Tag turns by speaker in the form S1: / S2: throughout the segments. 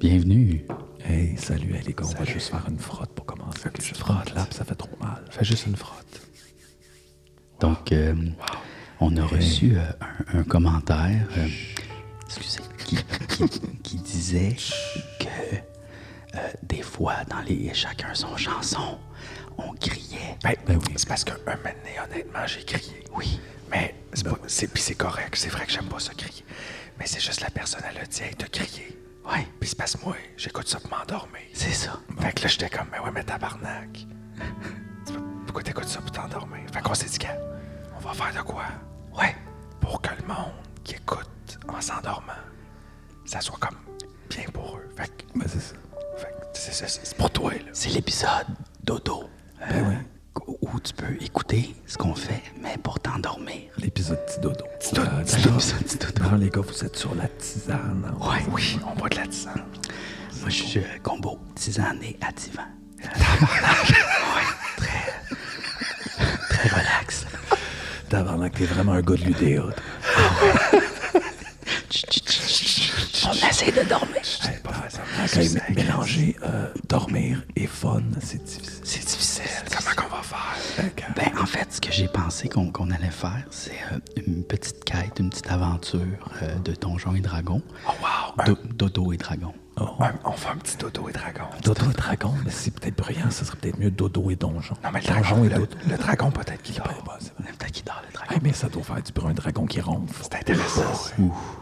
S1: Bienvenue.
S2: Hey, salut, allez, gars, on va juste faire une frotte pour commencer. Ok, juste frotte, là, puis ça fait trop mal.
S3: Fais juste une frotte.
S1: Donc, euh, on a reçu euh, un, un commentaire, euh, excusez, qui, qui- qui disait que euh, des fois, dans les chacun son chanson, on criait.
S3: Ben,
S2: Ben oui.
S3: C'est parce qu'un moment donné, honnêtement, j'ai crié.
S1: Oui.
S3: Mais c'est pas- c'est puis c'est correct. C'est vrai que j'aime pas ça crier. Mais c'est juste la personne, elle a dit, hey, t'as crié.
S1: Ouais,
S3: Puis c'est parce que moi, j'écoute ça pour m'endormir.
S1: c'est ça.
S3: Fait que là, j'étais comme, mais ouais, mais tabarnak. C'est pas- Pourquoi t'écoutes ça pour t'endormir? Fait qu'on s'est dit, Gars, on va faire de quoi? Ouais. Pour que le monde qui écoute en s'endormant, ça soit comme bien pour eux. Fait que,
S2: Ben, c'est ça.
S3: fait que c'est- c'est c'est pour toi, là.
S1: C'est l'épisode Dodo. euh, où- Où tu peux écouter ce qu'on fait, mais pour t'endormir.
S2: L'épisode petit dodo.
S3: Petit dodo,
S2: Euh,
S3: petit
S2: d'ailleurs-
S1: l'épisode petit dodo.
S2: d'ailleurs, les gars, vous êtes sur la tisane. hein.
S1: Ouais.
S3: Oui, on boit de la tisane.
S1: Moi, je suis euh, combo, tisane et activant. ouais, très, très relax.
S2: Tabarnak, t'es vraiment un gars de l'UDA. toi.
S1: On essaie de dormir.
S2: Hey, hey, ah, mais mélanger euh, dormir et fun, c'est difficile.
S1: C'est difficile.
S3: Comment qu'on va faire?
S2: Ah,
S1: Ben, en fait, ce que j'ai pensé qu'on qu'on allait faire, c'est euh, une petite quête, une petite aventure euh, de Donjons et Dragons.
S3: Oh wow! Un-
S1: Do- Dodo et Dragons.
S3: un- on fait un petit dodo et dragon.
S2: Dodo et dragon, mais c'est peut-être bruyant, ça serait peut-être mieux dodo et donjon.
S3: Non mais le
S2: donjon
S3: dragon,
S2: et
S3: le,
S2: dodo.
S3: le dragon peut-être qu'il
S2: Ben,
S3: dort.
S2: ben, c'est vrai.
S1: Peut-être qu'il dort le dragon.
S2: Hey, mais ça doit faire du bruit, un dragon qui ronfle.
S3: C'est intéressant. ça.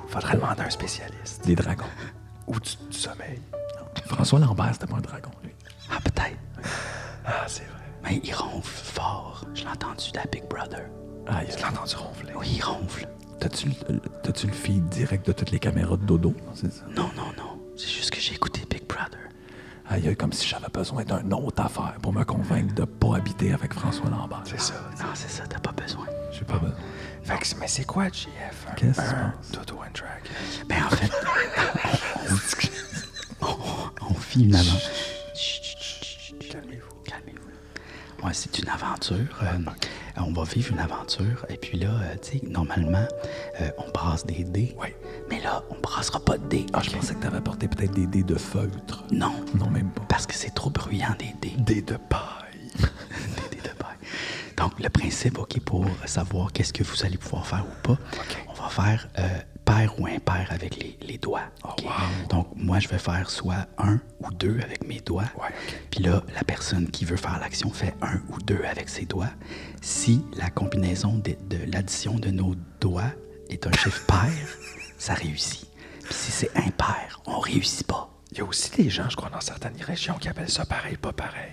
S3: Faudrait demander à un spécialiste.
S2: Des dragons.
S3: Ou du, du sommeil.
S2: François Lambert, c'était pas un dragon, lui.
S1: Ah, peut-être.
S3: Ah, c'est vrai.
S1: Mais il ronfle fort. Je l'ai entendu dans Big Brother.
S2: Aïe,
S3: Je l'ai entendu ronfler.
S1: Oui, il ronfle.
S2: T'as-tu le- t'as-tu le feed direct de toutes les caméras de dodo? Non, C'est ça.
S1: Non, non, non. C'est juste que j'ai écouté Big Brother.
S2: Aïe, comme si j'avais besoin d'un autre affaire pour me convaincre de pas habiter avec François Lambert.
S3: C'est ça.
S1: Non, c'est ça, t'as pas besoin.
S2: J'ai pas besoin.
S3: Fait que c'est- mais c'est quoi, JF? Un,
S2: Qu'est-ce que tu
S3: un
S2: penses?
S3: dodo and dragon.
S1: Ben, en fait, on vit une aventure.
S3: Calmez-vous.
S1: Calmez-vous. Ouais, c'est une aventure. euh, on va vivre une aventure. Et puis là, euh, tu sais, normalement, euh, on brasse des dés.
S3: Ouais.
S1: Mais là, on brassera pas de dés.
S2: Ah, je pensais que t'avais apporté peut-être des dés de feutre.
S1: Non.
S2: Non, même pas.
S1: Parce que c'est trop bruyant des dés.
S3: Des de paille.
S1: Des dés de paille. Donc, le principe, OK, pour savoir qu'est-ce que vous allez pouvoir faire ou pas, on va faire euh, pair ou impair avec les, les doigts.
S3: Oh,
S1: OK? Donc, moi, je vais faire soit un ou deux avec mes doigts.
S3: Ouais, OK.
S1: Puis là, la personne qui veut faire l'action fait un ou deux avec ses doigts. Si la combinaison de, de l'addition de nos doigts est un chiffre pair, ça réussit. Puis si c'est impair, on réussit pas.
S3: Il y a aussi des gens, je crois, dans certaines régions qui appellent ça pareil, pas pareil.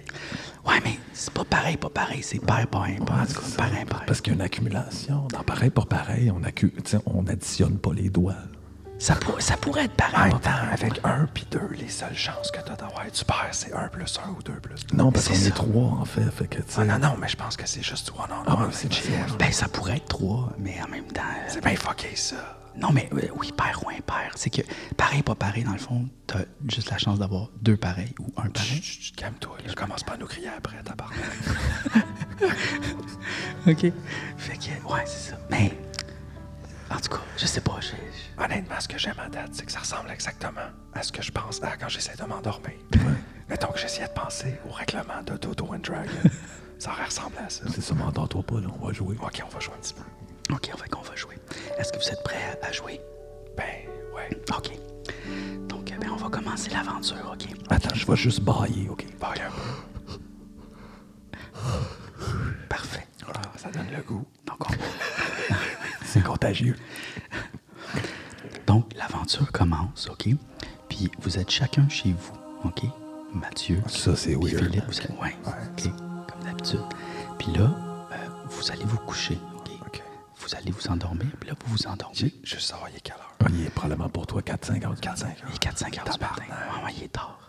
S1: Ouais, mais c'est pas pareil, pas pareil, c'est pair, pas impair, en tout cas, pair, impair.
S2: Parce qu'il y a une accumulation. Dans pareil pour pareil, on accu- tu sais, on additionne pas les doigts.
S1: Ça, pour- ça pourrait être
S3: En
S1: pareil.
S3: même temps, avec un puis deux, les seules chances que t'as d'avoir du pair, c'est un plus un ou deux plus deux.
S2: Non, parce
S1: C'est
S2: qu'on
S1: ça.
S2: est trois, en fait. Fait que, tu sais.
S3: Ah non, non, mais je pense que c'est juste toi, non, non,
S2: ouais,
S3: Ah, c'est
S2: c'est
S3: GF.
S1: Ben, ça pourrait être trois, mais en même temps. euh,
S3: C'est bien fucké, ça.
S1: Non, mais euh, oui, pair ou impair. C'est que pareil, pas pareil, dans le fond, t'as juste la chance d'avoir deux pareils ou un pareil.
S3: Chut, chut, chut, calme-toi, là. Commence pas à nous crier après, ta part.
S1: OK. Fait que, ouais, c'est ça. Mais, en tout cas, je sais pas. Je, je-
S3: Honnêtement, ce que j'aime à date, c'est que ça ressemble exactement à ce que je pense à quand j'essaie de m'endormir. Mettons que j'essayais de penser au règlement de Dodo and Dragon. ça aurait ressemblé à ça.
S2: C'est ça, m'endors-toi pas, là, on va jouer.
S3: Ok, on va jouer un petit peu.
S1: OK, on va qu'on va jouer. Est-ce que vous êtes prêts à, à jouer?
S3: Ben, ouais.
S1: OK. Donc, euh, ben, on va commencer l'aventure, OK?
S2: Attends, je vais juste bailler, OK?
S3: Bah, un peu.
S1: Parfait.
S3: Ah, ça donne le goût.
S1: Donc, on,
S2: C'est contagieux.
S1: Donc, l'aventure commence, OK? Puis vous êtes chacun chez vous, OK? Mathieu,
S2: Ça, c'est
S1: puis
S2: weird.
S1: Philippe, vous êtes- ouais, OK, comme d'habitude. Puis là, euh, vous allez vous coucher, OK?
S3: OK.
S1: Vous allez vous endormir, puis là, vous vous endormez.
S3: Je veux savoir, il est quelle heure?
S2: Il est probablement pour toi 4-5 heures. 4-5
S1: Il est 4-5 heures du matin. Ouais, ouais, il est tard.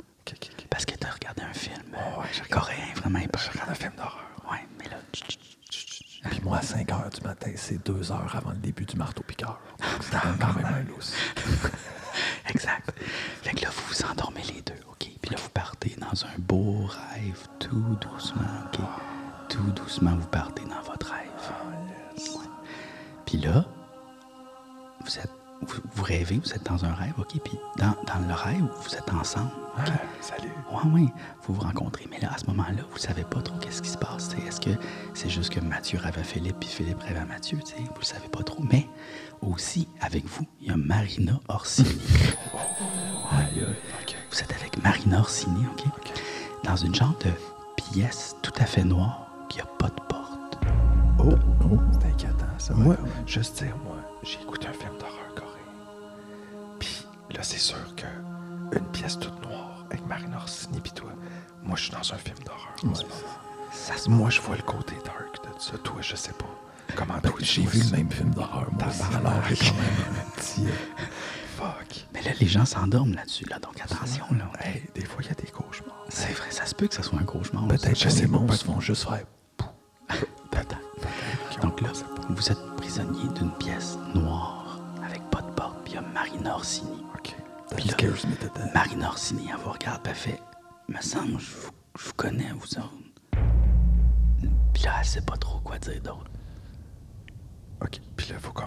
S1: Parce que t'as regardé un film euh,
S3: ouais, j'ai regardé-
S1: coréen vraiment
S3: Je
S1: épeurant.
S3: regarde un film d'horreur.
S1: Ouais, mais là, tch, tch, tch,
S2: Puis moi, à 5 heures du matin, c'est 2 heures avant le début du marteau-piqueur. Donc, C'est
S3: Ah,
S2: quand même un lousse.
S1: exact. Fait que là, vous vous endormez les deux, OK? Puis là, vous partez dans un beau rêve, tout doucement, OK? Tout doucement, vous partez dans votre rêve. Ouais. Puis là, vous, êtes, vous, vous rêvez, vous êtes dans un rêve, OK? Puis dans, dans le rêve, vous êtes ensemble, OK?
S3: Salut.
S1: Ouais, ouais, vous vous rencontrez. Mais là, à ce moment-là, vous savez pas trop qu'est-ce qui se passe. t'sais. Est-ce que c'est juste que Mathieu rêve à Philippe puis Philippe rêve à Mathieu? t'sais, Vous le savez pas trop. Mais aussi, avec vous, il y a Marina Orsini. Ouais. Vous êtes avec Marina Orsini, OK? Dans une genre de pièce tout à fait noire qui a pas de porte.
S3: Oh, oh. c'est inquiétant, ça. Moi, juste dire, moi, j'ai écouté un film d'horreur coréen. Puis là, c'est sûr que une pièce toute noire avec Marine Orsini pis toi, moi, je suis dans un film d'horreur. en ce moment.
S1: Ça se
S3: Moi, je vois le côté dark de ça. Toi, je sais pas. Comment toi, tu
S2: Ben, J'ai
S3: vois
S2: vu le
S3: ça?
S2: même film d'horreur. Moi, aussi. alors j'ai quand même un petit. euh,
S3: Fuck.
S1: Mais là, les gens s'endorment là-dessus, là. Donc attention, là.
S3: Hey, des fois, il y a des cauchemars.
S1: C'est vrai, ça se peut que ce soit un cauchemar. là,
S2: Peut-être
S3: je
S2: que
S3: sais
S2: ces
S3: pas.
S2: monstres vont juste faire.
S1: Peut-être. Donc là, vous êtes prisonnier d'une pièce noire avec pas de porte, puis il y a Marina Orsini. Puis
S3: OK.
S2: That
S1: là,
S2: scares me to death.
S1: Marina Orsini, elle vous regarde, puis elle fait Me semble, je vous, je vous connais, vous autres. Puis là, elle sait pas trop quoi dire d'autre.
S3: OK. Puis là, faut comme.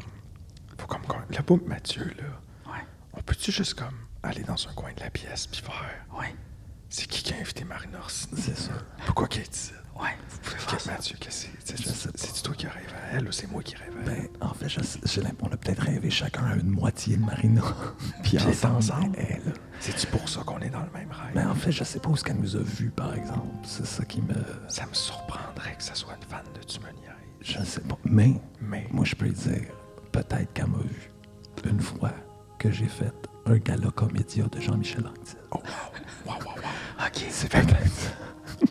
S3: Faut comme. Là, pour Mathieu, là,
S1: Ouais,
S3: on peut-tu juste comme aller dans un coin de la pièce puis faire.
S1: ouais,
S3: C'est qui qui a invité Marine Orsini? C'est ça. Pourquoi qu'elle est ici?
S1: ouais, vous pouvez faire
S3: Qu'est-ce
S1: ça.
S3: Mathieu, qu'est-ce que c'est? C'est- C'est-tu toi qui rêve à elle ou c'est moi qui rêve à elle?
S2: Ben, en fait, je- j'ai l'impression qu'on a peut-être rêvé chacun à une moitié de Marina. Puis
S3: Puis
S2: ensemble,
S3: ensemble.
S2: elle.
S3: C'est-tu pour ça qu'on est dans le même rêve?
S2: Mais en fait, je sais pas où ce qu'elle nous a vus, par exemple. C'est ça qui me.
S3: Ça me surprendrait que ça soit une fan de Tumoniaise.
S2: Je sais pas. Mais,
S3: Mais-
S2: moi, je peux dire, peut-être qu'elle m'a vu une fois que j'ai fait un gala comédia de Jean-Michel Anctil.
S3: Oh, wow! Wow, wow, wow!
S1: Ok,
S3: C'est fait que...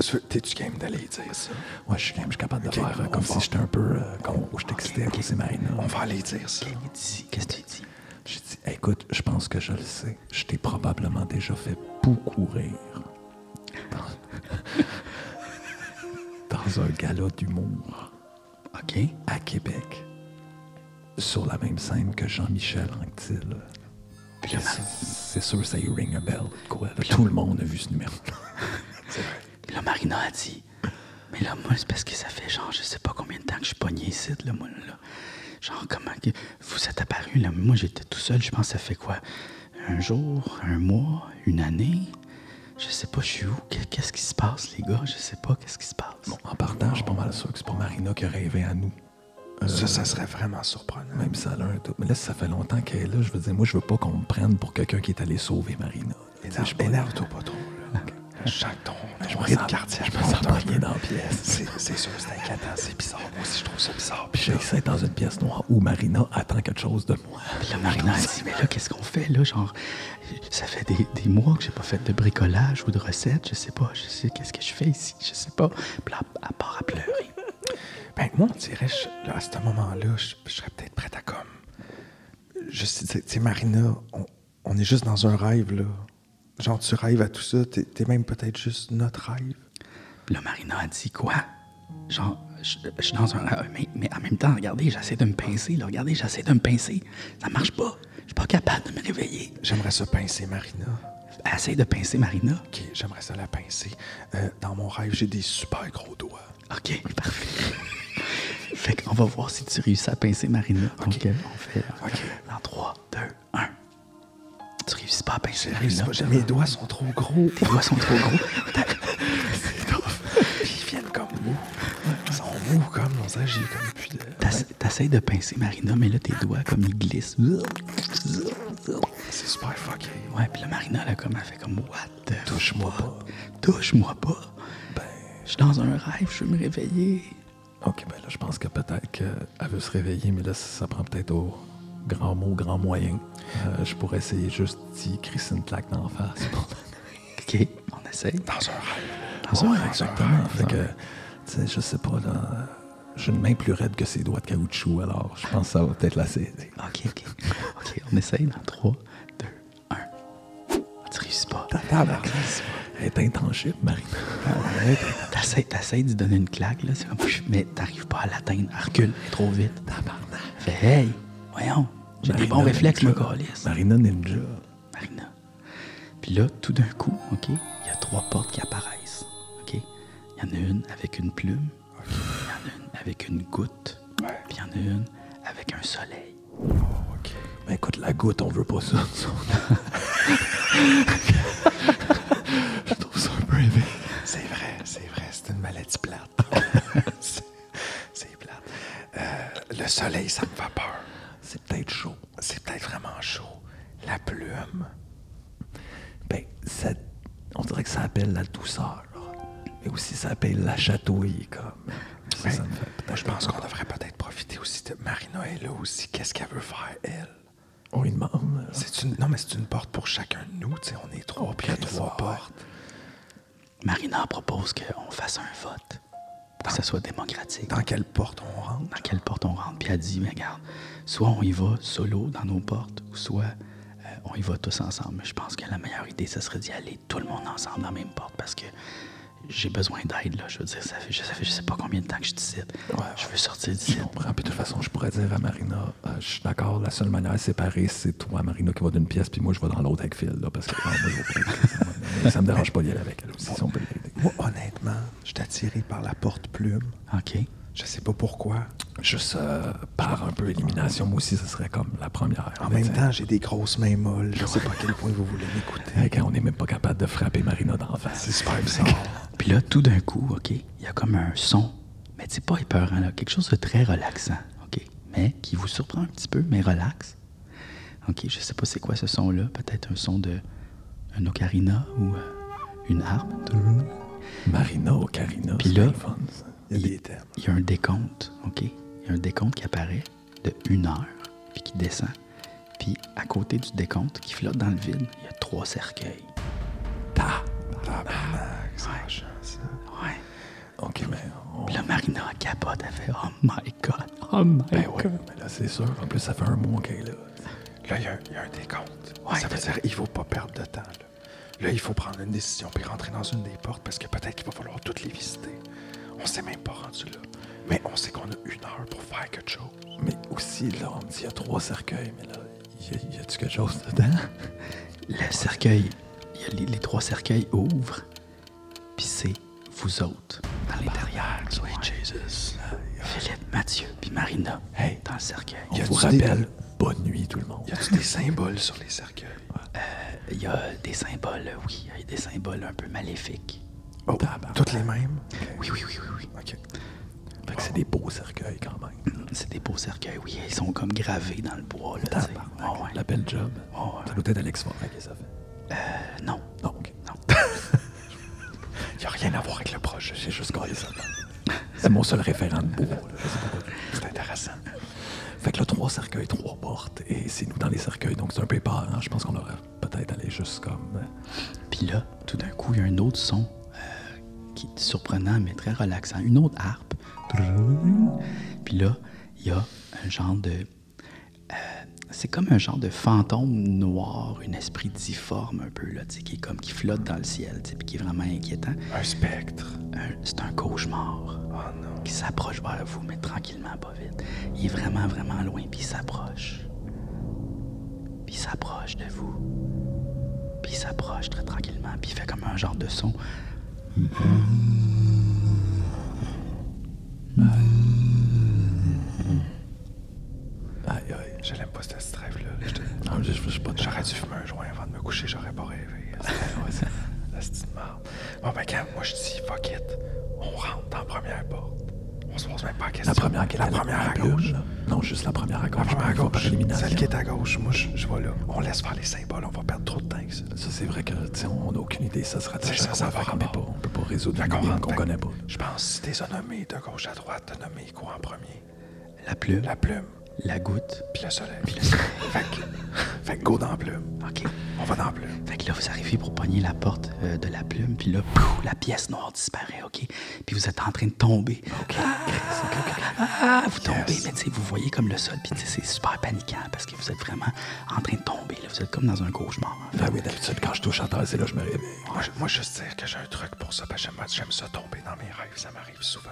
S3: Tu- T'es-tu game d'aller dire ça?
S2: Ouais, je suis quand même je suis capable de
S3: Ok,
S2: faire euh,
S3: on
S2: comme
S3: va.
S2: si j'étais un peu. euh, con, ou je t'excitais à cause de Marina.
S3: On va aller dire ça.
S1: il dit si. Qu'est-ce que tu dis
S2: J'ai dit, écoute, je pense que je le sais. Je t'ai probablement déjà fait beaucoup rire. Dans, dans un gala d'humour
S1: Ok,
S2: à Québec. Sur la même scène que Jean-Michel Anctil.
S1: puis là, Mar-
S2: C'est sûr, ça y ring a bell de quoi. là. Tout le monde a vu ce numéro.
S1: Puis là, Marina a dit Mais là, moi, c'est parce que ça fait genre, je sais pas combien de temps que je suis pogné ici, là, moi, là. Genre, comment que vous êtes apparu, là? Moi, j'étais tout seul, je pense, que ça fait quoi Un jour, un mois, une année Je sais pas, je suis où Qu'est- Qu'est-ce qui se passe, les gars Je sais pas, qu'est-ce qui se passe
S2: Bon, en partant, je suis pas mal sûr que c'est pas Marina qui a rêvé à nous.
S3: Ça, ça serait vraiment surprenant.
S2: Même si elle a un doute. Mais là, ça fait longtemps qu'elle est là. Je veux dire, moi, je veux pas qu'on me prenne pour quelqu'un qui est allé sauver Marina. Tu sais, je suis
S3: Énerve-
S2: pas-
S3: Énerve-toi pas trop, là. Je sens que ton,
S2: Je
S3: ton
S2: me
S3: rythme
S2: sens-
S3: cardiaque
S2: je me sens
S3: monte un peu.
S2: pogné dans la pièce.
S3: C'est c'est sûr, c'est inquiétant, c'est bizarre. Moi aussi, je trouve ça bizarre.
S2: Puis j'ai essayé dans une pièce noire où Marina attend quelque chose de moi.
S1: Puis là, Marina a dit Mais là, qu'est-ce qu'on fait, là Genre, ça fait des, des mois que j'ai pas fait de bricolage ou de recettes, je sais pas, je sais, qu'est-ce que je fais ici Je sais pas. Puis là, à part à pleurer.
S3: Ben, moi, on dirait, je- là, à ce moment-là, je, je serais peut-être prête à comme. Je sais, tu sais, Marina, on, on est juste dans un rêve, là. Genre, tu rêves à tout ça, t'es t'es même peut-être juste notre rêve.
S1: Puis là, Marina a dit quoi? Genre, je je suis dans un. Mais, mais en même temps, regardez, j'essaie de me pincer, là. Regardez, j'essaie de me pincer. Ça marche pas. Je suis pas capable de me réveiller.
S3: J'aimerais ça pincer Marina.
S1: Elle essaie de pincer Marina.
S3: Ok, j'aimerais ça la pincer. Euh, dans mon rêve, j'ai des super gros doigts.
S1: OK, parfait. fait qu'on va voir si tu réussis à pincer Marina. Donc,
S3: OK.
S1: euh, on fait.
S3: OK.
S1: Dans 3, 2, 1. Tu réussis pas à pincer
S3: Je
S1: Marina.
S3: réussis pas, mes doigts sont trop gros.
S1: Tes doigts sont trop gros.
S3: Puis ils viennent comme mous. Ils sont mous comme, on dirait, j'ai comme plus de.
S1: T'essa- T'essayes de pincer Marina, mais là, tes doigts, comme ils glissent.
S3: C'est super fucké.
S1: Ouais, puis là, Marina, là, comme elle fait comme What? Touche-moi pas. Touche-moi pas. Ben. Je suis dans un rêve, je veux me réveiller.
S2: Ok, ben là, je pense que peut-être qu'elle veut se réveiller, mais là, ça prend peut-être au, Grand mot, grand moyen. Euh, je pourrais essayer juste d'y crisser une claque d'en face.
S1: OK, on essaye.
S3: Dans un rêve.
S1: Dans un
S2: Ouais,
S1: rêve,
S2: exactement. Fait
S1: dans un
S2: que, tu sais, je sais pas, là, j'ai une main plus raide que ses doigts de caoutchouc, alors je pense que ça va peut-être l'asséder.
S1: OK, OK. OK, on essaye dans 3, 2, 1. Ah, Tu réussis pas. Ah,
S3: Tabarnak.
S2: Elle est intangible, Marie.
S1: T'essayes, t'essayes de lui donner une claque, là, c'est comme, mais t'arrives pas à l'atteindre. Elle Recule, elle est trop vite.
S2: Tabarnak. Ben,
S1: Fait, hey, voyons, j'ai des bons
S2: Marina
S1: réflexes, mon
S2: Ninja.
S1: calice.
S2: Marina Ninja.
S1: Marina. Puis là, tout d'un coup, OK, il y a trois portes qui apparaissent. OK? Il y en a une avec une plume, il y en a une avec une goutte,
S3: Ouais.
S1: puis il y en a une avec un soleil.
S3: Oh, ok.
S2: Ben écoute, la goutte, on veut pas ça.
S3: Je trouve ça un peu éveillé. C'est vrai, c'est vrai. C'est une maladie plate. C'est- c'est plate. Euh, le soleil, ça me fait peur.
S2: C'est peut-être chaud.
S3: C'est peut-être vraiment chaud. La plume.
S2: Ben, ça, on dirait que ça appelle la douceur, mais aussi ça appelle la chatouille, comme. Ça, ça me fait
S3: Moi,
S2: peut-être-
S3: je pense qu'on devrait peut-être profiter aussi de Marina est là aussi. Qu'est-ce qu'elle veut faire, elle?
S2: On lui demande. euh,
S3: C'est une... Non, mais c'est une porte pour chacun de nous. tu sais, on est trois, puis il y a
S2: Chris,
S3: trois
S2: ouais.
S3: portes.
S1: Marina propose qu'on fasse un vote pour que ça soit démocratique.
S3: Dans quelle porte on rentre?
S1: dans quelle porte on rentre. Puis elle dit, mais regarde, soit on y va solo dans nos portes, ou soit euh, on y va tous ensemble. Mais je pense que la meilleure idée, ce serait d'y aller tout le monde ensemble dans la même porte parce que j'ai besoin d'aide, là. Je veux dire, ça fait, ça fait je sais pas combien de temps que je suis ici. je veux sortir d'ici.
S2: Je comprends. Puis de toute façon, je pourrais dire à Marina, euh, je suis d'accord, la seule manière de séparer, c'est toi, Marina, qui va d'une pièce, puis moi, je vais dans l'autre avec Phil, là, parce que non, moi, je vais pas avec Phil, moi. Mais ça me dérange pas d'y aller avec elle aussi, si on peut l'aider.
S3: Moi, honnêtement, je suis attiré par la porte plume.
S1: OK.
S3: Je sais pas pourquoi.
S2: Juste euh, par un peu élimination, moi aussi, ce serait comme la première.
S3: En
S2: Mais
S3: même
S2: tiens,
S3: temps, j'ai des grosses mains molles. Je sais pas à quel point vous voulez m'écouter.
S2: hey, quand on n'est même pas capable de frapper Marina d'en face.
S3: C'est super bizarre.
S1: Puis là, tout d'un coup, OK, il y a comme un son, mais c'est pas épeurant, là. Quelque chose de très relaxant, OK, mais qui vous surprend un petit peu, mais relax. OK, je sais pas c'est quoi ce son-là. Peut-être un son de. un ocarina ou euh, une harpe.
S2: Marina ou Karina,
S1: Puis
S2: c'est
S1: là-
S2: le fun, ça.
S3: Il y a des thèmes.
S1: Il y a un décompte, OK? Il y a un décompte qui apparaît de une heure, puis qui descend. Puis à côté du décompte qui flotte dans le vide, il y a trois cercueils.
S3: Tabarnak, c'est pas chance.
S1: Ouais.
S2: OK, mais on...
S1: Puis là, Marina elle capote, elle fait Oh my God, oh my
S2: Ben ouais,
S1: God.
S2: mais là, c'est sûr. En plus, ça fait un mois qu'elle est là.
S3: Là, il y, a un- il y a un décompte.
S1: Ouais,
S3: ça veut
S1: t'as-
S3: dire il faut pas perdre de temps. Là. Là, il faut prendre une décision puis rentrer dans une des portes parce que peut-être qu'il va falloir toutes les visiter. On s'est même pas rendu là. Mais on sait qu'on a une heure pour faire quelque chose.
S2: Mais aussi, là, on me dit, il y a trois cercueils, mais là, y a- y a-tu quelque chose dedans?
S1: Le cercueil, il y a les, les trois cercueils ouvrent, puis c'est vous autres
S2: Ah
S1: dans
S2: bah.
S1: l'intérieur. Sweet Jesus. Philippe, Mathieu, puis Marina
S2: Hey.
S1: dans le cercueil.
S2: On
S3: Y a-tu
S2: vous
S3: des-
S2: rappelle, bonne nuit tout le monde.
S3: Y a-tu des symboles sur les cercueils?
S1: Il y a des symboles, oui, il y a des symboles un peu maléfiques.
S3: Oh,
S2: Tabarnak.
S3: toutes les mêmes?
S2: Euh,
S1: Oui, oui, oui, oui, oui.
S3: Ok.
S2: Fait que c'est des beaux cercueils quand même.
S1: C'est des beaux cercueils, oui. Ils sont comme gravés dans le bois. Là, tu sais.
S2: Tabarnak,
S1: Ah Ouais, ouais.
S2: La belle job.
S1: Oh, ouais.
S2: Ça doit être Alex Forêt qui ça fait.
S1: Euh, non.
S2: Non, ok.
S1: non.
S2: Y a rien à voir avec le proche, j'ai juste gagné ça. C'est mon seul référent de bois. là. Je sais pas pourquoi.
S3: C'est intéressant.
S2: Fait que là, trois cercueils, trois portes, et c'est nous dans les cercueils, donc c'est un peu peur. hein. Je pense qu'on aurait peut-être allé juste comme... euh,
S1: Puis là, tout d'un coup, il y a un autre son euh, qui est surprenant, mais très relaxant. Une autre harpe. Puis là, il y a un genre de... euh, c'est comme un genre de fantôme noir, un esprit difforme un peu, là, tu sais, qui est comme qui flotte dans le ciel, tu sais, puis qui est vraiment inquiétant.
S3: Un spectre.
S1: Un- C'est un cauchemar.
S3: Oh non.
S1: qui s'approche vers vous, mais tranquillement, pas vite. Il est vraiment, vraiment loin, puis il s'approche. Puis il s'approche de vous. Puis il s'approche très tranquillement, puis il fait comme un genre de son.
S2: Aïe, aïe.
S3: Je l'aime pas cette cette rêve-là. Je te-
S2: Non, je, je, je suis pas...
S3: J'aurais dû fumer un joint avant de me coucher, j'aurais pas rêvé.
S2: Ouais, c'est-
S3: La petite marde. Bon, ben, quand moi je dis fuck it, on rentre dans la première porte. On se pose même pas la question.
S2: La première qui est
S3: la
S2: la
S3: première à
S2: la
S3: gauche.
S2: là. Non, juste la première à gauche.
S3: La première
S2: on
S3: à
S2: y va
S3: gauche.
S2: par élimination.
S3: Celle qui est à gauche, moi je, je vais là. On laisse faire les symboles, on va perdre trop de temps. avec Ça.
S2: Ça, c'est vrai que, tu sais, on n'a aucune idée, ça sera
S3: C'est ça, ça va
S2: on,
S3: rapport.
S2: pas, on peut pas résoudre
S3: Fait
S2: une
S3: qu'on
S2: énigme
S3: rentre.
S2: qu'on
S3: Fait-
S2: connaît pas.
S3: Je pense, si t'es nommé de gauche à droite, t'as nommé quoi en premier
S1: La plume,
S3: La plume.
S1: la goutte.
S3: Puis le soleil. Puis le soleil. fait, que, fait que go dans la plume.
S1: OK.
S3: On va dans la plume.
S1: Fait que là, vous arrivez pour pogner la porte euh, de la plume, puis là, pouf, la pièce noire disparaît, OK? Puis vous êtes en train de tomber. Ah, ah, ah, vous tombez, mais tu sais, vous voyez comme le sol, puis tu sais, c'est super paniquant parce que vous êtes vraiment en train de tomber. là. Vous êtes comme dans un cauchemar. en fait.
S2: Ben oui, d'habitude, quand je touche à terre, c'est là que je me réveille.
S3: Moi, je- moi, je sais que j'ai un truc pour ça, parce que j'aime- j'aime ça tomber dans mes rêves, ça m'arrive souvent.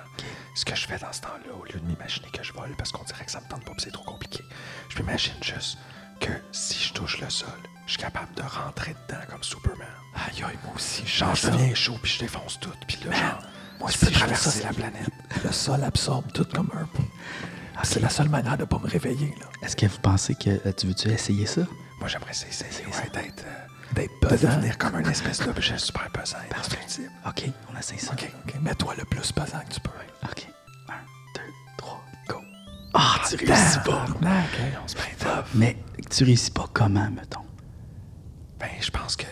S3: Ce que je fais dans ce temps-là, au lieu de m'imaginer que je vole, parce qu'on dirait que ça me tente pas, puis c'est trop compliqué, je m'imagine juste que si je touche le sol, je suis capable de rentrer dedans comme Superman.
S2: Aïe, aïe, moi aussi,
S3: Genre, je
S2: fais ça.
S3: deviens chaud, puis je défonce tout, puis là, genre,
S2: Moi
S3: je
S2: aussi,
S3: peux
S2: je fais
S3: traverser
S2: ça.
S3: la planète.
S2: Le sol absorbe tout comme un pot.
S3: Ah,
S2: C'est la seule manière de pas me réveiller, là.
S1: Est-ce que vous pensez que euh, tu veux-tu essayer ça?
S3: Moi, j'aimerais ça essayer, ouais, d'être... euh,
S2: D'être
S3: de
S2: pesant.
S3: devenir comme un espèce d'objet super pesant, indestructible.
S1: OK, on essaye ça.
S2: OK, OK, mets-toi le plus pesant que tu peux.
S1: OK. Un, deux, trois,
S2: Go.
S1: Ah, tu réussis pas.
S2: Tabarnak, hein.
S3: On se met top.
S1: Mais tu réussis pas comment, mettons?
S3: Ben, je pense que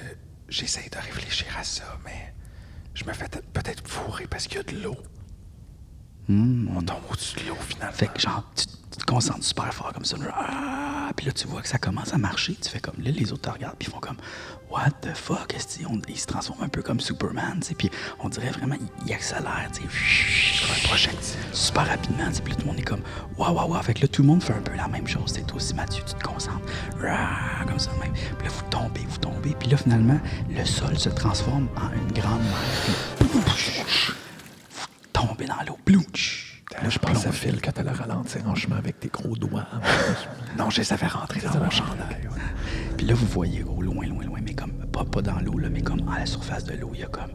S3: j'essaie de réfléchir à ça, mais je me fais t- peut-être fourrer parce qu'il y a de l'eau.
S1: Hmm.
S3: On tombe au-dessus de l'eau, finalement.
S1: Fait que genre, tu, tu te concentres super fort comme ça. genre, ah, puis là, tu vois que ça commence à marcher. Tu fais comme là, les autres te regardent, puis ils font comme What the fuck? Est-ce qu'ils ont- ils se transforment un peu comme Superman, tu sais. Puis on dirait vraiment, ils, ils accélèrent, tu sais.
S3: Un projectile.
S1: Super rapidement, tu sais. Puis là, tout le monde est comme Waouh, waouh, waouh. Fait que là, tout le monde fait un peu la même chose. C'est aussi Mathieu, tu te concentres. ah, comme ça, de même. Puis là, vous tombez, vous tombez. Puis là, finalement, le sol se transforme en une grande mer. Puis, vous tombez dans l'eau. Blouch.
S2: Là, je pense à Phil que t'allais ralentir en chemin avec tes gros doigts.
S3: Non, je les avais rentrés dans mon chandail. ouais.
S1: Puis là, vous voyez au loin, loin, loin, mais comme pas, pas dans l'eau, là, mais comme à la surface de l'eau, il y a comme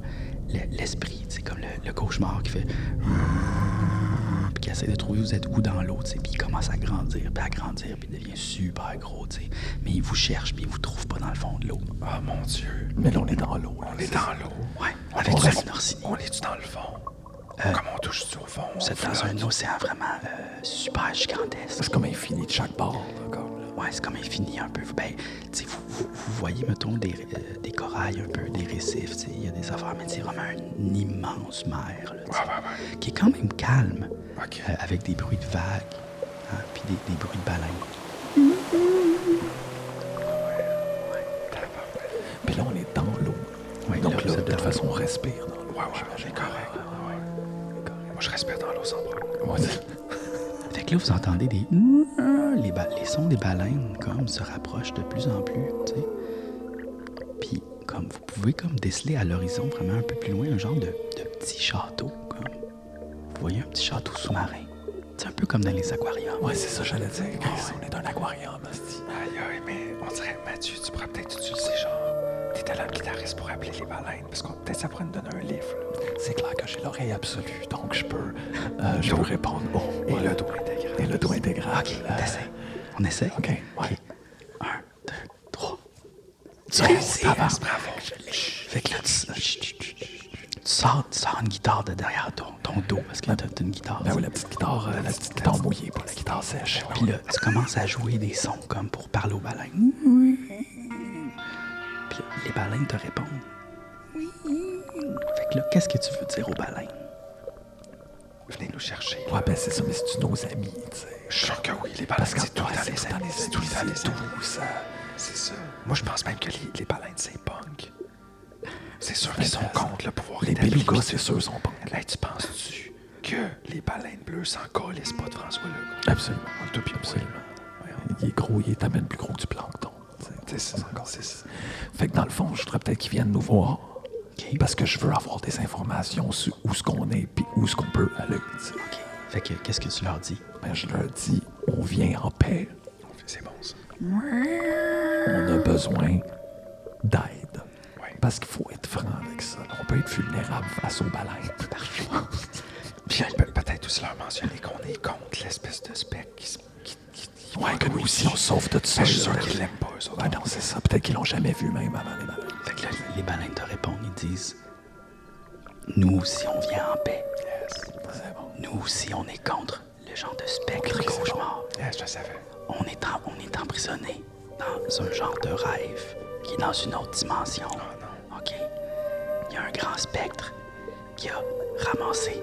S1: le- l'esprit, c'est comme le, le cauchemar qui fait. Puis qui essaie de trouver vous êtes où dans l'eau, tu sais, puis il commence à grandir, puis à grandir, puis il devient super gros, tu sais. Mais il vous cherche, puis il vous trouve pas dans le fond de l'eau.
S3: Oh mon Dieu.
S2: Mais là, on est dans l'eau. là.
S3: On est dans l'eau.
S1: Ouais,
S3: On
S1: avec
S3: est-
S1: la Norcini.
S3: On est-tu dans le fond?
S2: Euh,
S3: Comme on touche-tu au fond?
S1: Vous êtes dans un océan vraiment euh, super gigantesque.
S2: C'est comme infini de chaque bord, là, comme, là.
S1: Ouais, c'est comme infini un peu. Ben, tu sais, vous, vous- vous voyez, mettons, des, euh, des corails un peu, des récifs, tu sais, il y a des affaires, mais c'est vraiment une immense mer, là, tu sais,
S3: Ah, ouais,
S1: qui est quand même calme,
S3: Ok.
S1: euh, avec des bruits de vagues, hein, puis des, des bruits de baleines.
S2: Puis là, on est dans l'eau.
S1: Ouais,
S2: Donc
S1: là,
S2: là,
S1: vous êtes
S2: de
S1: dans
S2: toute façon, on respire dans l'eau.
S3: Ouais, ouais, j'ai correct. ouais, ouais. Moi, je respire dans l'eau sans problème.
S2: Ouais, c'est-
S1: Fait que là, vous entendez des... hum, Les, ba- les sons des baleines, comme, se rapprochent de plus en plus, tu sais. Puis, comme, vous pouvez, comme, déceler à l'horizon, vraiment un peu plus loin, un genre de, de petit château, comme. Vous voyez un petit château sous-marin. C'est un peu comme dans les aquariums.
S2: ouais, c'est ça, j'allais dire.
S3: Ah
S2: Chris, On est dans un aquarium, asti.
S3: Aïe, aïe, mais on dirait, Mathieu, tu pourrais peut-être utiliser, genre, tes talents de guitariste pour appeler les baleines, parce qu'on peut-être ça pourrait nous donner un livre, là.
S2: C'est clair que j'ai l'oreille absolue, donc je peux, euh, je peux répondre haut.
S3: Et
S2: Ouais.
S3: le dos intégral.
S2: Et le doigt intégral. euh, OK,
S1: T'essaies. On essaie?
S2: OK, ouais.
S1: Un, deux, trois. Tu
S2: Oh,
S1: réussis.
S2: tabarnak.
S3: Bravo.
S1: Fait que là, tu, chut, chut, chut, chut. Tu sors, tu sors une guitare de derrière ton, ton dos, parce que là, t'as t'as une guitare.
S2: Ben oui, la petite guitare, euh, la petite guitare mouillée, pas la guitare sèche.
S1: Puis là, tu commences à jouer des sons comme pour parler aux baleines. Puis là, les baleines te répondent. Fait que là, qu'est-ce que tu veux dire aux baleines?
S3: Venez nous chercher.
S2: Ouais, ben c'est ça, mais c'est nos amis, tu sais.
S3: Je suis sûr que oui, les baleines,
S2: Parce que
S3: Ah, c'est tout
S2: toi,
S3: le temps
S2: c'est
S3: les
S2: tout le temps
S3: amis,
S2: les
S3: c'est tout le temps
S2: amis,
S3: les
S2: c'est
S3: amis.
S2: tout ça.
S3: C'est ça. Moi, je pense même que les, les baleines, c'est punk. C'est sûr qu'ils sont contre le pouvoir
S2: Les
S3: établi.
S2: belugas, c'est sûr, sont pas.
S3: Hey, tu penses-tu que les baleines bleues s'en calissent pas de François Legault?
S2: Absolument.
S3: On le toupie,
S2: Absolument. Il est gros, il est à peine plus gros que du plancton. tu sais.
S3: C'est ça, c'est ça.
S2: Fait que dans le fond, je voudrais peut-être qu'ils viennent nous voir.
S1: Ok.
S2: Parce que je veux avoir des informations sur où ce qu'on est puis où ce qu'on peut aller. tu sais.
S1: OK. Fait que qu'est-ce que tu leur dis?
S2: Ben, je leur dis, on vient en paix.
S3: C'est bon, ça.
S2: on a besoin d'aide.
S3: Ouais.
S2: Parce qu'il faut être franc avec ça. là. On peut être vulnérable face aux baleines.
S3: Puis peut- peut-être aussi leur mentionner qu'on est contre l'espèce de spectre qui, se- qui, qui, qui-
S2: ouais, que nous aussi, Ben, on se sauve de tout ça.
S3: Je suis
S2: là.
S3: sûr qu'ils l'aiment pas, eux autres.
S2: Ouais, non, c'est ça. Peut-être qu'ils l'ont jamais vu même avant les baleines.
S1: Fait que là, les baleines te répondent, ils disent Nous aussi, on vient en paix.
S3: Yes.
S2: C'est bon.
S1: Nous aussi, on est contre le genre de spectre
S2: Ok, c'est
S1: cauchemar.
S3: Yes, je le savais.
S1: On est, en- on est emprisonné dans un genre de rêve qui est dans une autre dimension.
S2: Ah,
S1: OK? Il y a un grand spectre qui a ramassé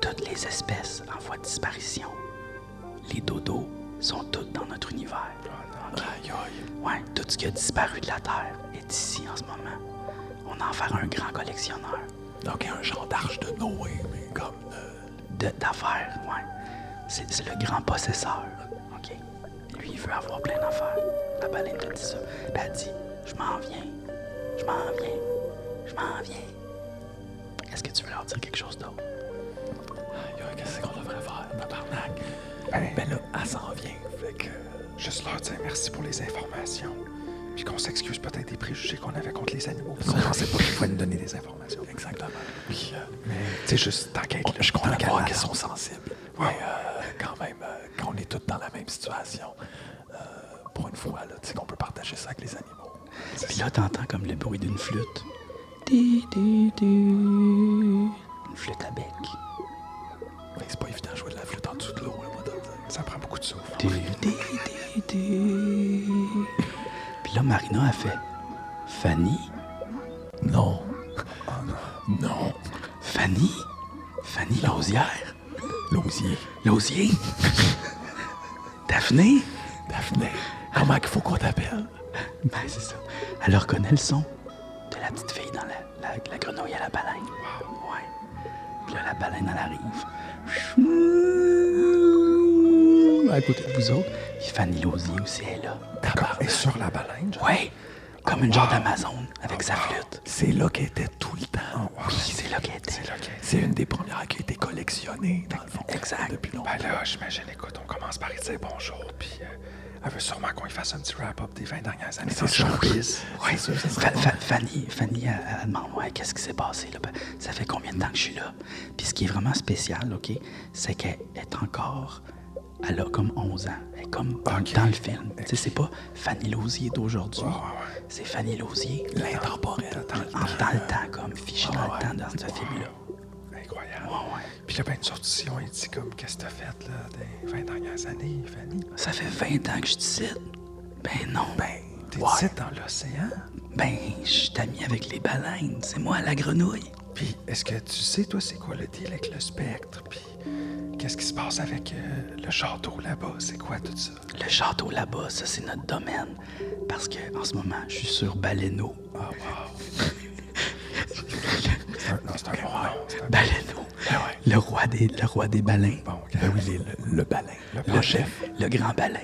S1: toutes les espèces en voie de disparition. Les dodos sont toutes dans notre univers.
S2: Ah,
S3: Aïe, aïe.
S1: Ouais, tout ce qui a disparu de la Terre est ici en ce moment. On en faire un grand collectionneur
S2: Donc, un genre d'arche de Noé, mais comme. euh,
S1: de- d'affaires, ouais. C'est c'est le grand possesseur, OK? Lui, il veut avoir plein d'affaires. La baleine te dit ça. Puis elle dit, je m'en viens, je m'en viens, je m'en viens. Est-ce que tu veux leur dire quelque chose d'autre?
S2: aïe, aïe, qu'est-ce qu'on devrait faire, tabarnak?
S3: Ben,
S2: Ben là, elle s'en vient. Fait que.
S3: Juste leur dire merci pour les informations. Puis qu'on s'excuse peut-être des préjugés qu'on avait contre les animaux.
S2: Ça,
S3: Parce qu'on pensait pas qu'il fallait nous donner des informations.
S2: Exactement. Puis, euh,
S3: C'est juste, t'inquiète, là,
S2: je
S3: je
S2: comprends
S3: comprends
S2: pas qu'elles
S3: qu'elle
S2: sont sensibles.
S3: Ouais.
S2: Mais euh, quand même, euh, quand on est tous dans la même situation, euh, pour une fois, là, tu sais qu'on peut partager ça avec les animaux.
S1: Puis là, t'entends comme le bruit d'une flûte. Ti, ti, ti. Une flûte à bec.
S2: Mais c'est pas évident de jouer de la flûte en dessous de
S1: hein,
S2: l'eau, là, moi, t'as dit.
S3: Ça prend beaucoup de souffle.
S1: Ti, ti, ti, ti. Puis là, Marina a fait Fanny?
S2: Non. Ah, non.
S1: Fanny? Fanny Lausière?
S2: L'osier.
S1: Lausier? Daphné?
S2: Daphné. Comment qu'il faut qu'on t'appelle?
S1: Ben, c'est ça. Elle reconnaît le son de la petite fille dans la, la, la grenouille à la baleine. Ouais. Puis là, la baleine, elle arrive. À côté de vous autres. Puis Fanny Lausier aussi est là.
S2: D'accord.
S3: Et sur la baleine, genre.
S1: Ouais! Comme une genre d'Amazone avec sa flûte.
S2: Ah, C'est là qu'elle était tout le temps.
S1: Puis c'est là qu'elle était.
S3: C'est là qu'elle-
S2: C'est une des premières qui a été collectionnée, dans le fond.
S1: Exact.
S2: Depuis longtemps.
S3: Ben là, j'imagine, écoute, on commence par lui dire bonjour, puis euh, elle veut sûrement qu'on lui fasse un petit wrap-up des 20 dernières années.
S2: C'est
S3: ça.
S2: sûr.
S1: Ouais,
S2: Oui, c'est sûr, ça
S1: Fa-
S2: serait
S1: Fa- Fanny, Fanny, elle, elle demande ouais, qu'est-ce qui s'est passé là? Ben, Ça fait combien de temps que je suis là? Puis ce qui est vraiment spécial, ok, c'est qu'elle est encore, elle a comme 11 ans, elle est comme dans-
S3: Ok.
S1: dans le film. Tu sais, c'est pas Fanny Lausier d'aujourd'hui, c'est Fanny Lausier
S2: l'intemporel. Ah,
S1: en dans le temps, comme fichée dans le temps dans ce film-là.
S3: Incroyable.
S1: Ouais, ouais.
S3: Puis là, ben, nous autres aussi, on lui dit comme, qu'est-ce que t'as fait, là, des 20 dernières années, Fanny?
S1: Ça fait 20 ans que je te cite. Ben non. Ben,
S3: T'es ici dans l'océan?
S1: ben je suis amie avec les baleines, c'est moi la grenouille.
S3: Puis, est-ce que tu sais, toi, c'est quoi le deal avec le spectre? Puis, qu'est-ce qui se passe avec euh, le château là-bas? C'est quoi tout ça?
S1: Le château là-bas, ça c'est notre domaine. Parce que en ce moment, je suis sur Baléno.
S3: Ah, wow! C'est un- non, c'est un bon nom. c'est un-
S1: Baléno, le roi des, le roi des baleins.
S3: Bon, ok.
S2: Ben oui, les- le, le balin.
S1: le chef, le grand balin.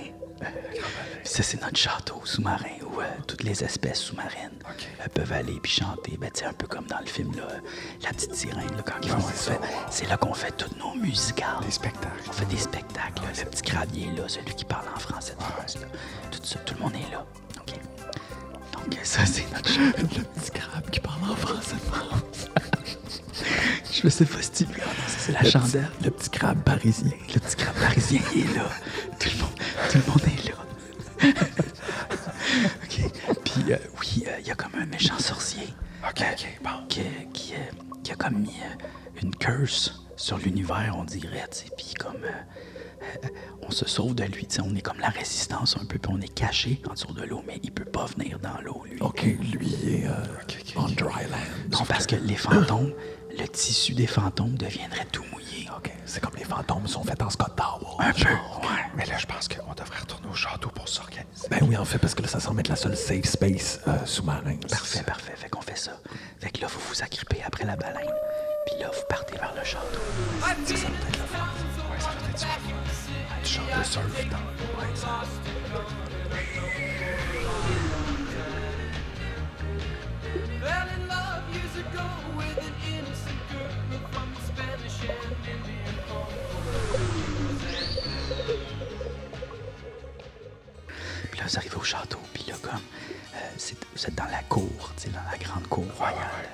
S1: Ça c'est notre château sous-marin où euh, toutes les espèces sous-marines
S3: Ok.
S1: euh, peuvent aller puis chanter. Ben tu sais, un peu comme dans le film là, euh, la petite sirène là, quand ils font
S3: c'est
S1: ça, C'est là qu'on fait toutes nos musicales.
S3: Des spectacles.
S1: On fait des spectacles. là. le petit cravier, là, celui qui parle en français de France. là. Tout, ça, tout le monde est là. OK? Donc, euh, ça, c'est notre show.
S2: Le petit crabe qui parle en français de France.
S1: Je sais pas si tu veux. Ah non, ça, c'est la chandelle.
S2: Le petit crabe parisien.
S1: Le petit crabe parisien il est là. Tout le monde, tout le monde est là. OK. Puis, euh, oui, euh, il y a comme un méchant sorcier
S3: Ok, ok, bon.
S1: qui, qui, euh, qui a comme mis euh, une curse sur l'univers, on dirait. tu sais. Puis, comme. euh, euh, on se sauve de lui. tu sais, On est comme la résistance un peu, puis on est caché en dessous de l'eau, mais il peut pas venir dans l'eau, lui.
S2: OK, lui il est euh,
S3: ok,
S2: on dry land.
S1: Non, parce que les fantômes, le tissu des fantômes deviendrait tout mouillé.
S2: OK, c'est comme les fantômes sont faits en Scott Tower.
S1: Un peu, ouais.
S3: Mais là, je pense qu'on devrait retourner au château pour s'organiser.
S2: Ben oui, en fait, parce que là, ça semble être la seule safe space euh, sous-marin.
S1: Parfait, parfait. Fait qu'on fait ça. Fait que là, vous vous agrippez après la baleine. Puis là, vous partez vers le château.
S3: Ouais, ça doit être super. Tu chantes le surf dans l'eau. Ouais, ça.
S4: Fell in love years ago with an innocent girl from the Spanish and Indian
S1: Puis là, vous arrivez au château. Puis là, comme, euh, c'est- vous êtes dans la cour, tu sais, dans la grande cour royale.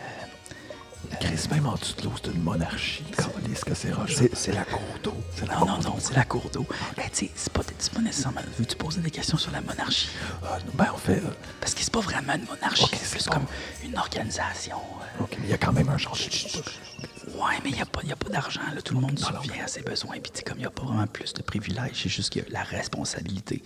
S1: Euh,
S2: Chris, même en dessous de l'eau, c'est une monarchie. Comment est-ce que c'est rocheux?
S3: C'est- C'est la cour d'eau.
S2: C'est
S1: Non, non, non, c'est la cour d'eau. Ben, tu sais, c'est pas, c'est pas nécessairement. Veux-tu poser des questions sur la monarchie?
S2: Ah, ben, en fait, euh,
S1: Parce que c'est pas vraiment une monarchie,
S2: Ok,
S1: c'est
S2: c'est
S1: plus
S2: pas-
S1: comme une organisation. euh,
S2: OK, mais il y a quand même un genre de...
S1: Ouais, mais il n'y a pas, y a pas d'argent. là. Tout le monde
S2: ben.
S1: survient à ses besoins. Puis, tu sais, comme il n'y a pas vraiment plus de privilèges, c'est juste qu'il y a la responsabilité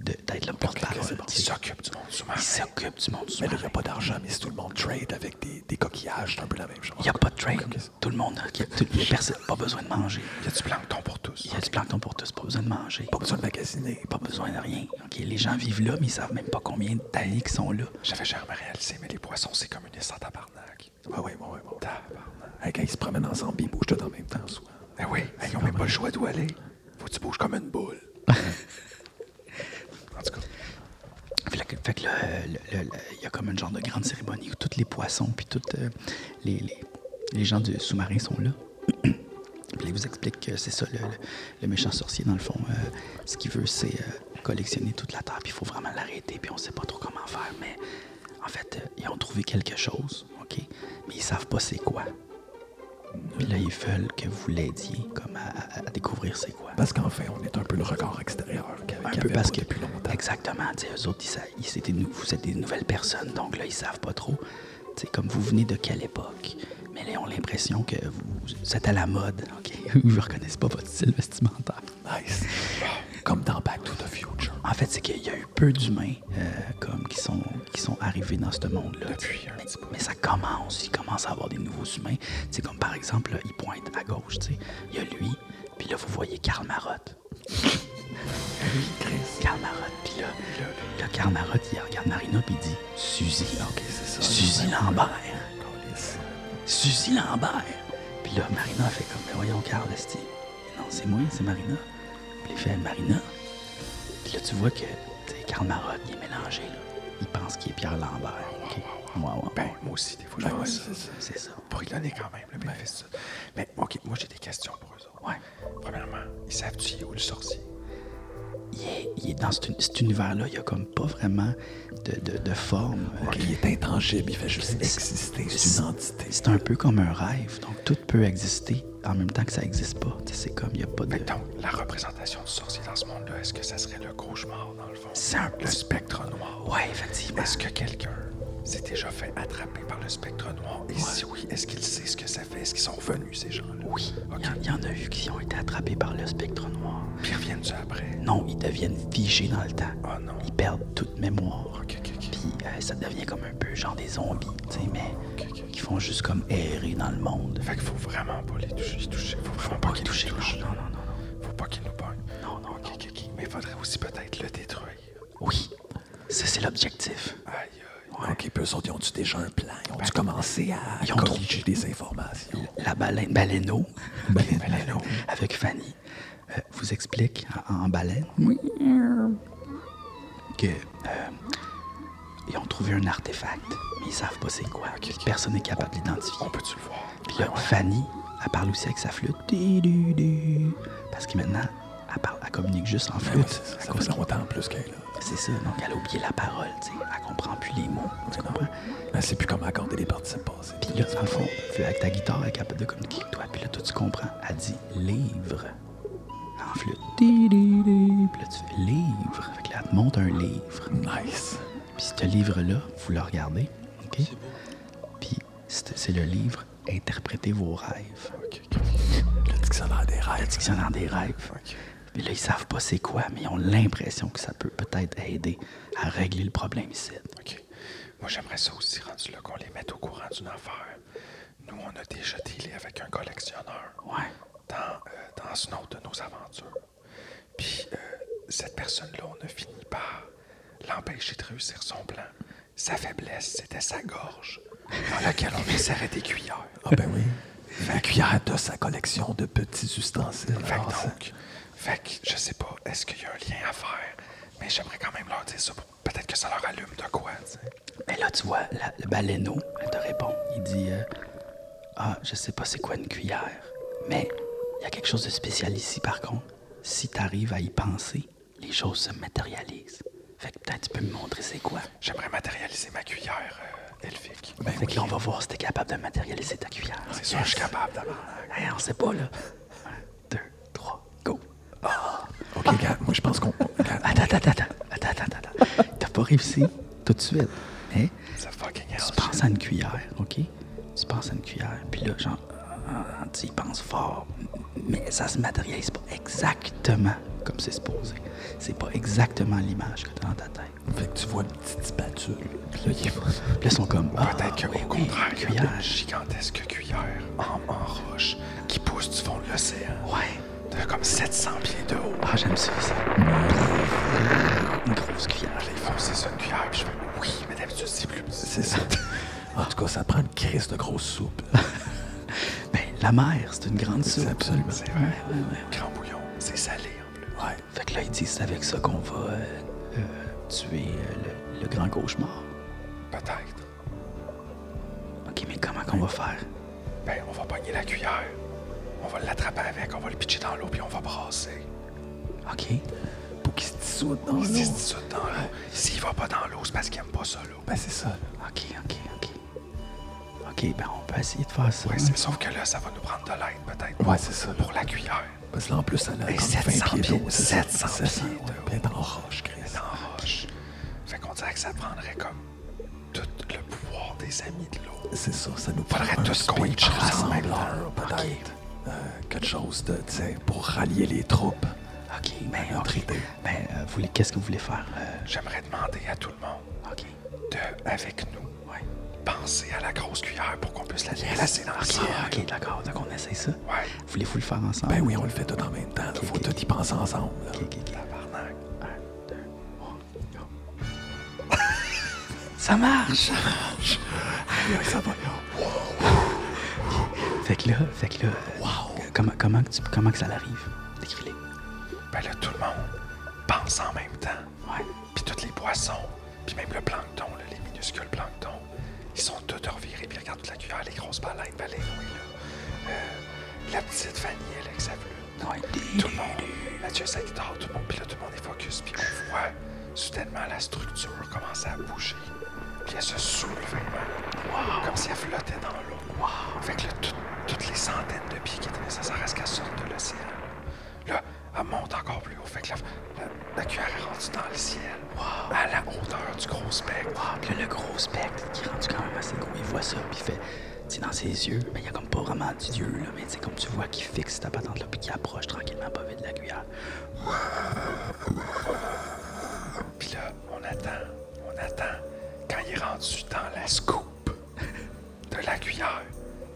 S1: de- d'être le porte-parole. tu
S3: Il
S1: sais.
S3: s'occupe du monde sous-marin.
S1: Il s'occupe du monde
S2: Mais là,
S1: sous-marin.
S2: il n'y a pas d'argent, mais si tout le monde trade avec des, des coquillages, c'est un peu la même chose.
S1: Il n'y a pas de train. Tout le monde, il n'y a personne, pas besoin de manger.
S3: Il y a du plancton pour tous.
S1: Il y a du plancton pour tous, pas besoin de manger.
S2: Pas besoin de magasiner.
S1: Pas besoin de rien. Ok, Les gens vivent là, mais ils savent même pas combien d'années qu'ils sont là.
S3: J'avais jamais réalisé, mais les poissons, c'est comme une issue en tabarnak.
S2: Ouais, ouais, ouais, ouais. ouais. Hey, quand ils se promènent ensemble, ils bougent tout en même temps, souvent.
S3: Eh oui, hey, ils ont même pas le choix d'où aller. Faut que tu bouges comme une boule. en tout cas,
S1: Fait que, fait que là, euh, le- le- le- il y a comme une genre de grande cérémonie où tous les poissons puis tous euh, les, les- les gens du sous-marin sont là. Puis là, il vous explique que c'est ça, le, le- le méchant sorcier, dans le fond, euh, ce qu'il veut, c'est euh, collectionner toute la Terre, puis il faut vraiment l'arrêter, puis on sait pas trop comment faire, mais en fait, euh, ils ont trouvé quelque chose, OK? Mais ils savent pas c'est quoi. Puis là, ils veulent que vous l'aidiez, comme à, à- à découvrir c'est quoi.
S2: Parce qu'en fait, on est un peu le regard extérieur qu'il y avait-
S1: Un
S2: qu'il y
S1: peu
S2: avait
S1: parce
S2: pas
S1: que
S2: depuis longtemps.
S1: Exactement. tu sais, Eux autres, ils, sa- ils- c'est des nou- vous êtes des nouvelles personnes, donc là, ils savent pas trop. Tu sais, comme vous venez de quelle époque. Mais là, ils ont l'impression que vous, vous êtes à la mode. OK? Ils ne reconnaissent pas votre style vestimentaire.
S2: Nice. Comme dans Back to the Future.
S1: En fait, c'est qu'il y a eu peu d'humains euh, comme qui sont, qui sont arrivés dans ce monde-là.
S3: Depuis un
S1: mais,
S3: petit bout.
S1: mais ça commence, il commence à avoir des nouveaux humains. C'est comme par exemple, là, il pointe à gauche, tu sais, il y a lui, puis là vous voyez Karl Marotte. Karl Marotte, puis là, là, Karl Marotte, il regarde Marina puis il dit Suzy, ok, c'est ça. Suzy Lambert. Suzy Lambert. Puis là, Marina fait comme, mais voyons, Karl, esti. Mais Non, c'est moi, c'est Marina. Puis il fait Marina. Puis là, tu vois que, tu sais, Karl Marotte, il est mélangé, là. Il pense qu'il est Pierre Lambert. ok? Ouais, ouais,
S3: ben,
S1: ouais.
S3: moi aussi, des fois, je vois ça.
S1: C'est ça.
S3: Pour y donner quand même, le bénéfice du doute. Mais, OK, moi, j'ai des questions pour eux autres.
S1: Ouais.
S3: Premièrement, ils savent-tu il est où le sorcier?
S1: Il est, il est dans cet, cet univers-là, il y a comme pas vraiment de, de, de forme. euh,
S2: Ok, Il est intangible, il fait juste exister. C'est une entité.
S1: C'est un peu comme un rêve, donc tout peut exister en même temps que ça n'existe pas. Tu sais, C'est comme, il n'y a pas de...
S3: Donc, la représentation du sorcier dans ce monde-là, est-ce que ça serait le cauchemar, dans le fond?
S1: C'est un
S3: Le spectre noir.
S1: Ouais, effectivement.
S3: Est-ce que quelqu'un s'est déjà fait attraper par le spectre noir? Et si oui, est-ce qu'il sait ce que ça fait? Est-ce qu'ils sont venus, ces gens-là?
S1: Oui, il
S3: OK.
S1: y en- il y, en a eu qui ont été attrapés par le spectre noir.
S3: Puis ils reviennent-tu après?
S1: Non, ils deviennent figés dans le temps.
S3: Oh non.
S1: Ils perdent toute mémoire.
S3: OK, OK, OK.
S1: Puis euh, ça devient comme un peu genre des zombies, tu sais, mais qui font juste comme errer dans le monde.
S3: Fait qu'il faut vraiment pas les toucher. les toucher. Faut vraiment pas,
S1: pas
S3: qu'ils
S1: les toucher,
S3: nous touchent.
S1: non, non, non,
S3: Faut pas qu'ils nous pognent.
S1: Non, non,
S3: Ok, ok, ok. Mais il faudrait aussi peut-être le détruire.
S1: Oui, ça c'est l'objectif.
S3: Aïe, aïe.
S2: Ok, puis eux autres, ils ont-tu déjà un plan? Ils ont-tu commencé à
S1: Ils ont
S2: corriger des informations?
S1: La baleine baleineau,
S2: Baleineau.
S1: avec Fanny, euh, vous explique en, en baleine que euh, ils ont trouvé un artefact, mais ils savent pas c'est quoi. Personne n'est capable d'identifier.
S3: On peut-tu le voir?
S1: Puis
S2: Ah
S1: là, Fanny, elle parle aussi avec sa flûte. Ti-du-du. Parce que maintenant, elle, parle, elle communique juste en
S2: Ah Ouais,
S1: flûte.
S2: c'est ça,
S1: à
S2: ça
S1: cause
S2: fait longtemps en plus qu'elle est là.
S1: qu'il- C'est ça, donc elle a oublié la parole, tu sais. Elle comprend plus les mots, tu comprends?
S2: Elle sait plus comment accorder les parties passées.
S1: Puis là, dans le fond, tu- avec ta guitare, elle est capable de communiquer avec toi. Puis là, toi, tu comprends. Elle dit livre en flûte. Ti-di-di. Puis là, tu fais livre. Fait que là, elle te montre un livre.
S2: Nice.
S1: Puis ce livre-là, vous le regardez, OK? Puis c'est c'est le livre Interprétez vos rêves.
S2: Le dictionnaire des rêves.
S1: dictionnaire des rêves. Puis là, ils savent pas c'est quoi, mais ils ont l'impression que ça peut peut-être aider à régler le problème ici.
S3: Ok. Moi, j'aimerais ça aussi, rendu là, qu'on les mette au courant d'une affaire. Nous, on a déjà dealé avec un collectionneur
S1: Ouais.
S3: dans, euh, dans une autre de nos aventures. Puis, euh, cette personne-là, on a fini par l'empêcher de réussir son plan. Sa faiblesse, c'était sa gorge, dans laquelle on insérait des cuillères.
S2: Ah ben oui. La cuillère de sa collection de petits ustensiles.
S3: Fait
S2: Alors,
S3: que
S2: ça-
S3: donc, fait que je sais pas, est-ce qu'il y a un lien à faire, mais j'aimerais quand même leur dire ça pour peut-être que ça leur allume de quoi, tu sais.
S1: Mais Ben là, tu vois, la- le baleineau, elle te répond. Il dit euh, Ah, je sais pas c'est quoi une cuillère, mais il y a quelque chose de spécial ici, par contre. Si t'arrives à y penser, les choses se matérialisent. Fait que peut-être tu peux me montrer c'est quoi.
S3: J'aimerais matérialiser ma cuillère euh, elfique.
S1: fait que là, on va voir si t'es capable de matérialiser ta cuillère.
S3: C'est sûr, je suis capable d'avoir.
S1: Hey, on sait pas, là. Un, deux, trois, go. Ah!
S2: Ok, regarde, moi je pense qu'on. regarde,
S1: Attends, attends, attends, attends, attends, attends, attends. T'as pas réussi tout de suite. Hein?
S3: Ça fucking hell.
S1: Tu penses à une cuillère, OK? Tu penses à une cuillère, puis là, genre, en- tu y penses fort, mais ça se matérialise pas exactement comme c'est supposé. C'est pas exactement l'image que tu as dans ta tête.
S2: Fait que tu vois une petite spatule. Puis là, il
S1: Puis
S2: est
S1: là, ils sont comme. Ah,
S3: Peut-être qu'au
S1: oui, oui,
S3: contraire, il y a
S1: cuillère.
S3: une gigantesque cuillère en, en roche qui pousse du fond de l'océan
S1: Ouais.
S3: de comme 700 pieds de haut.
S1: Ah, j'aime ça, ça. Une grosse cuillère.
S3: Là, ils font, c'est ça une cuillère. Puis je fais, oui, mais d'habitude, c'est plus petit.
S2: C'est ça. En tout cas, ça prend une crise de grosse soupe. là.
S1: Ben, la mer, c'est une grande
S2: C'est
S1: soupe.
S2: absolument.
S3: C'est vrai. Grand bouillon, c'est salé en plus.
S2: Ouais.
S1: Fait que là, ils disent c'est avec ça qu'on va euh, euh, tuer euh, le, le grand cauchemar.
S3: Peut-être.
S1: Ok, mais comment qu'on va faire?
S3: Ben, on va pogner la cuillère. On va l'attraper avec, on va le pitcher dans l'eau, puis on va brasser.
S1: Ok.
S2: Pour qu'il se dissoute dans l'eau.
S3: Si c'est ça dans l'eau, s'il va pas dans l'eau, c'est parce qu'il aime pas ça l'eau.
S2: Ben, c'est ça. là.
S1: Ok, ok, ok. Ok, ben on peut essayer de faire ça.
S3: Ouais, c'est- sauf que là, ça va nous prendre de l'aide, peut-être.
S2: Ouais, c'est ça.
S3: Pour la cuillère.
S2: Parce que là, en plus, elle a
S3: Et
S2: comme
S3: 700
S2: 20
S3: pieds,
S2: d'eau, c'est ça.
S3: 700 pieds
S2: ouais.
S3: d'eau.
S2: Puis elle est en roche, Chris.
S3: en roche. Fait qu'on dirait que ça prendrait comme tout le pouvoir des amis de l'eau.
S2: C'est ça, ça nous
S3: Faudrait
S2: prend un
S3: tous qu'on
S2: speech
S3: hitche ensemble.
S2: rassembleur, peut-être. Euh, quelque chose de, tu sais, pour rallier les troupes.
S1: Ok, ben
S2: Notre
S1: ok.
S2: idée.
S1: Ben, euh, vous voulez- qu'est-ce que vous voulez faire? Euh,
S3: J'aimerais demander à tout le monde
S1: ok.
S3: de, avec nous,
S1: Ouais.
S3: penser à la grosse cuillère pour qu'on puisse la déplacer dans le
S1: Ok,
S3: ciel.
S1: ok, d'accord. Donc on essaye ça.
S3: Ouais.
S1: Voulez-vous le faire ensemble?
S2: Ben oui, on le fait tout en même temps. là. Faut
S1: ok,
S2: tout y penser ensemble. là.
S1: Ok, ok, ok.
S3: Tabarnak.
S1: Ça marche! Ah,
S2: Ça va,
S1: Fait que là, fait que là, euh, euh, comment, comment, que tu, comment que ça arrive? Décris-les.
S3: Ben là, tout le monde pense en même temps.
S1: Ouais.
S3: Puis tous les poissons, puis même le plancton, là, les minuscules planctons, ils sont tous revirés. Puis regarde toute la cuillère, les grosses baleines, baleines, oui, là. Euh, la petite Fanny, elle, avec sa flûte.
S1: Ouais.
S3: Tout le monde, Mathieu sa guitare, tout le monde, puis là, tout le monde est focus. Puis on voit soudainement la structure commencer à bouger. Puis elle se soulevait, comme si elle flottait dans l'eau. Fait que là, tout- toutes les centaines de pieds qui étaient nécessaires à ce qu'elle sorte de l'océan, là, elle monte encore plus haut. Fait que la, la, la cuillère est rendue dans le ciel, à la hauteur du gros spectre.
S1: Ah, puis là, le gros spectre qui est rendu quand même assez gros, il voit ça, puis il fait. Tu sais, dans ses yeux, mais il y a comme pas vraiment du dieu, là, mais c'est comme tu vois qu'il fixe ta patente là, puis qu'il approche tranquillement pas vite de la cuillère.
S3: Puis là, on attend, on attend. Quand il est rendu dans la scoop de la cuillère,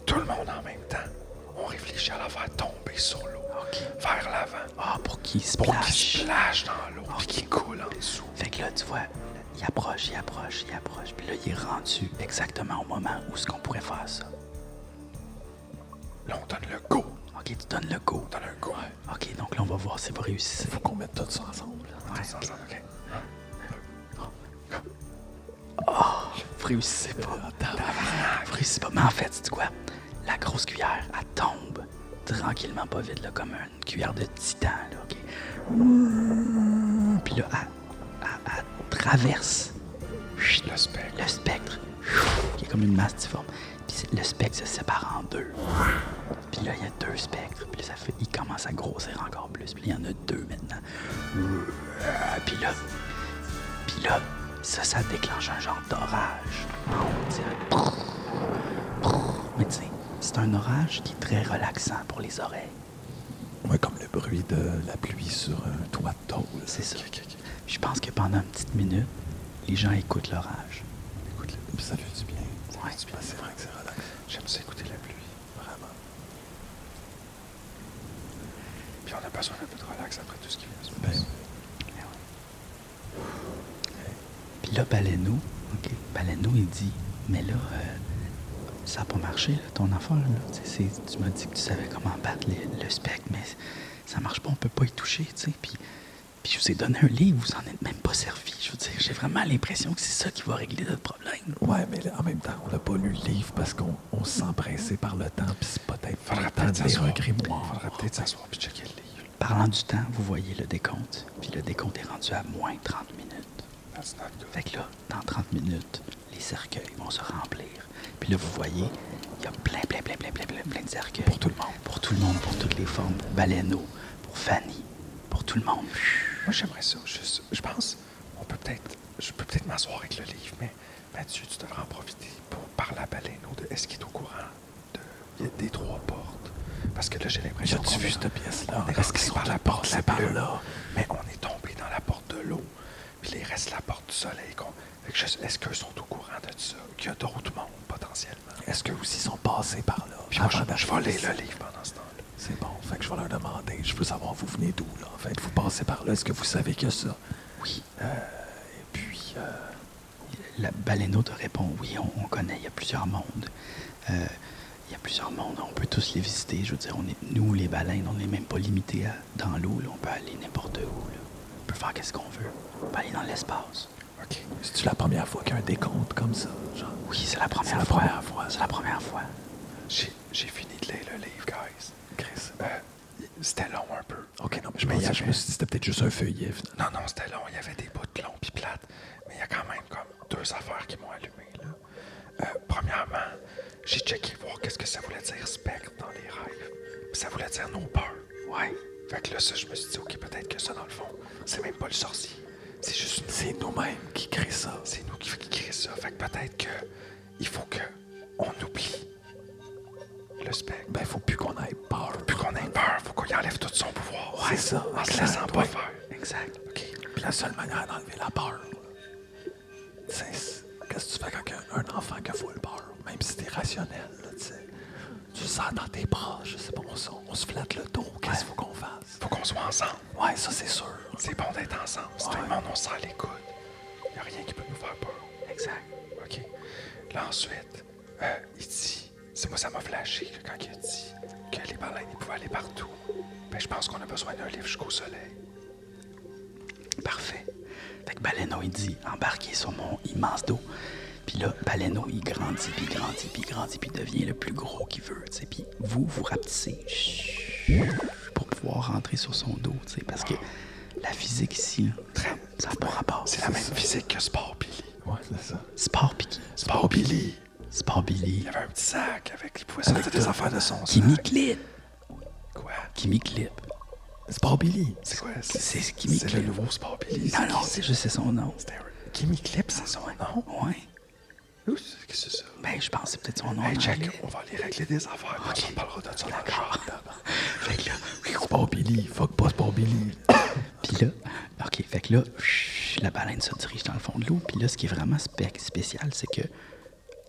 S3: tout le monde en même temps, on réfléchit à la faire tomber sur l'eau, vers l'avant,
S1: Ah, pour qu'il se
S3: pour qu'il
S1: plâche.
S3: se plage dans l'eau, puis qu'il coule en dessous.
S1: Fait que là, tu vois, il approche, il approche, il approche, puis là, il est rendu exactement au moment où ce qu'on pourrait faire ça.
S3: Là, on donne le go,
S1: Ok, tu donnes le go.
S3: on donne un go.
S1: Ok, donc là, on va voir si vous réussissez.
S2: Faut qu'on mette tout ça ensemble. là.
S3: Tous ensemble, ok.
S1: Vous réussissez pas. Vous réussissez pas. Mais en fait, c'est quoi? La grosse cuillère, elle tombe tranquillement, pas vite, là, comme une cuillère de titan, là, OK? Puis là, elle, elle- elle traverse
S3: Le spectre.
S1: le spectre, qui est comme une masse difforme. Puis c'est- le spectre se sépare en deux. Puis là, il y a deux spectres. Puis là, ça fait, il commence à grossir encore plus. Puis là, il y en a deux maintenant. Puis là, puis là, ça, ça déclenche un genre d'orage. On dirait. Mais tu sais, c'est un orage qui est très relaxant pour les oreilles.
S2: Ouais, comme le bruit de la pluie sur un toit de tôle.
S1: C'est ça. Je pense que pendant une petite minute, les gens écoutent l'orage.
S2: Écoute, là, puis ça fait du bien. Ça
S1: Ouais.
S2: fait du bien, c'est vrai que c'est relax.
S3: J'aime ça écouter la pluie,
S2: Vraiment.
S3: puis on a besoin d'un peu de relax après tout ce qui vient de se
S2: Ben,
S3: passer.
S1: Puis là, Baleno, OK, Baleno, il dit, mais là, euh, ça n'a pas marché, là, ton affaire. Là. Tu sais, c'est- tu m'as dit que tu savais comment battre le, le spectre, mais ça marche pas, on peut pas y toucher, tu sais. Puis, puis je vous ai donné un livre, vous en êtes même pas servi. Je veux dire, j'ai vraiment l'impression que c'est ça qui va régler notre problème.
S2: Ouais, mais là, en même temps, on n'a pas lu le livre parce qu'on on se sent pressé par le temps, puis c'est peut-être pas
S3: Faudrait
S2: le temps
S3: peut-être
S2: de lire
S3: s'asseoir.
S2: un grimoire.
S3: Faudrait peut-être s'asseoir puis checker le livre.
S1: Parlant du temps, vous voyez le décompte, puis le décompte est rendu à moins 30 minutes.
S3: That's not good.
S1: Fait que là, dans 30 minutes, les cercueils vont se remplir. Puis là, vous voyez, il y a plein, plein, plein, plein, plein, plein, plein de cercueils. Pour tout le monde. Pour tout le monde, pour toutes les formes. Pour Baleno, pour Fanny, pour tout le monde.
S3: Moi, j'aimerais ça. Juste, je pense, on peut peut-être, je peux peut-être m'asseoir avec le livre, mais Mathieu, tu devrais en profiter pour parler à Baleineau de est-ce qu'il est au courant de, il y a des trois portes. J'ai
S2: J'ai vu cette pièce-là.
S3: On est
S2: Est-ce qu'ils
S3: rentré
S2: sont
S3: par
S2: tous
S3: la porte de la
S2: passés par
S3: bleue,
S2: là?
S3: Mais on est tombé dans la porte de l'eau. Puis il reste la porte du soleil. qu'on- Fait que je- Est-ce qu'ils sont au courant de ça? Qu'il y a d'autres mondes potentiellement?
S2: Est-ce qu'eux aussi sont passés par là?
S3: Puis moi, je,
S2: avant
S3: je vais
S2: d'arriver
S3: lire
S2: ici?
S3: le livre pendant ce temps-là.
S2: C'est bon, fait que je vais leur demander. Je veux savoir, vous venez d'où, là? En fait, vous passez par là. Est-ce que vous savez que ça?
S1: Oui.
S2: Et puis, euh,
S1: La baleineau te répond oui, on, on connaît, il y a plusieurs mondes. Euh, il y a plusieurs mondes, on peut tous les visiter. Je veux dire, on est, nous, les baleines, on n'est même pas limités à- dans l'eau. là. On peut aller n'importe où. là. On peut faire qu'est-ce qu'on veut. On peut aller dans l'espace.
S3: OK.
S2: c'est-tu la première fois qu'il y a un décompte comme ça? Genre,
S1: Oui, c'est la première
S2: la
S1: fois.
S2: première fois.
S1: C'est la première fois.
S3: J'ai j'ai fini de lire le livre, guys.
S2: Chris.
S3: Euh, c'était long un peu.
S2: Ok, non, mais je,
S3: je me
S2: pensais-
S3: y
S2: je
S3: avais-
S2: me suis dit c'était peut-être juste un feuillet, finalement.
S3: Non, non, c'était long. Il y avait des bouts de longs pis plates. Mais il y a quand même comme deux affaires qui m'ont allumé. Là. Euh, premièrement, j'ai checké voir qu'est-ce que ça voulait dire spectre dans les rêves. Puis ça voulait dire nos peurs. Ouais. Fait que là, ça, je me suis dit, ok, peut-être que ça, dans le fond, c'est même pas le sorcier. C'est juste nous.
S2: C'est nous-mêmes qui créent ça.
S3: C'est nous qui, qui créons ça. Fait que peut-être que il faut que on oublie le spectre.
S2: Ben, faut plus qu'on ait peur.
S3: Plus qu'on ait peur, faut qu'on y enlève tout son pouvoir.
S2: Ouais, ça,
S3: En se
S2: exact,
S3: laissant pas
S2: ouais.
S3: faire.
S1: Exact.
S3: Ok.
S2: Puis la seule manière d'enlever la peur, là, c'est. c'est- Qu'est-ce que tu fais quand un, un enfant qui a full peur, même si t'es rationnel, là, tu sais? Tu le sens dans tes bras, je sais pas, on, se- on se flatte le dos, qu'est-ce qu'il faut qu'on fasse?
S3: Faut qu'on soit ensemble.
S2: Ouais, ça c'est sûr.
S3: C'est bon d'être ensemble. Si tout le
S2: Ouais.
S3: monde, on se serre les coudes. Il n'y a rien qui peut nous faire peur.
S1: Exact.
S3: OK? Là, ensuite, euh, il dit... C'est moi, ça m'a flashé là, quand il a dit que les baleines, ils pouvaient aller partout. Ben, je pense qu'on a besoin d'un livre jusqu'au soleil.
S1: Parfait. Fait que Baleno, il dit embarquez sur mon immense dos. Puis là, Baleno, il grandit, puis il grandit, puis il grandit, puis il devient le plus gros qu'il veut. tu sais. Puis vous, vous rapetissez chut, pour pouvoir rentrer sur son dos. tu sais, Parce que la physique ici, là, ça n'a pas rapport.
S3: C'est la même physique que Sport Billy.
S2: Ouais, c'est ça.
S1: Sport Piki.
S3: Sport Billy!
S1: Sport Billy.
S3: Il avait un petit sac avec... Il pouvait sortir des affaires de son sac.
S1: Kimi Clip.
S3: Quoi?
S1: Kimi Clip.
S2: C'est pas Billy.
S3: C'est quoi?
S1: C'est ce qui
S3: C'est le
S1: m'éclate.
S3: nouveau Sport Billy.
S1: Non, non, c'est juste c'est son nom.
S3: Kimmy Clip, c'est son nom?
S1: Ouais.
S3: Ouh, Qu'est-ce que c'est ça?
S1: Ben, je pense que c'est peut-être son nom.
S3: Hey,
S1: en
S3: check,
S1: anglais.
S3: on va aller régler des affaires. puis On parlera de ça dans le genre.
S1: Fait que là,
S2: C'est pas Billy, fuck pas, c'est pas Billy.
S1: Puis là, OK, fait que là, chut, la baleine se dirige dans le fond de l'eau. Puis là, ce qui est vraiment spec- spécial, c'est que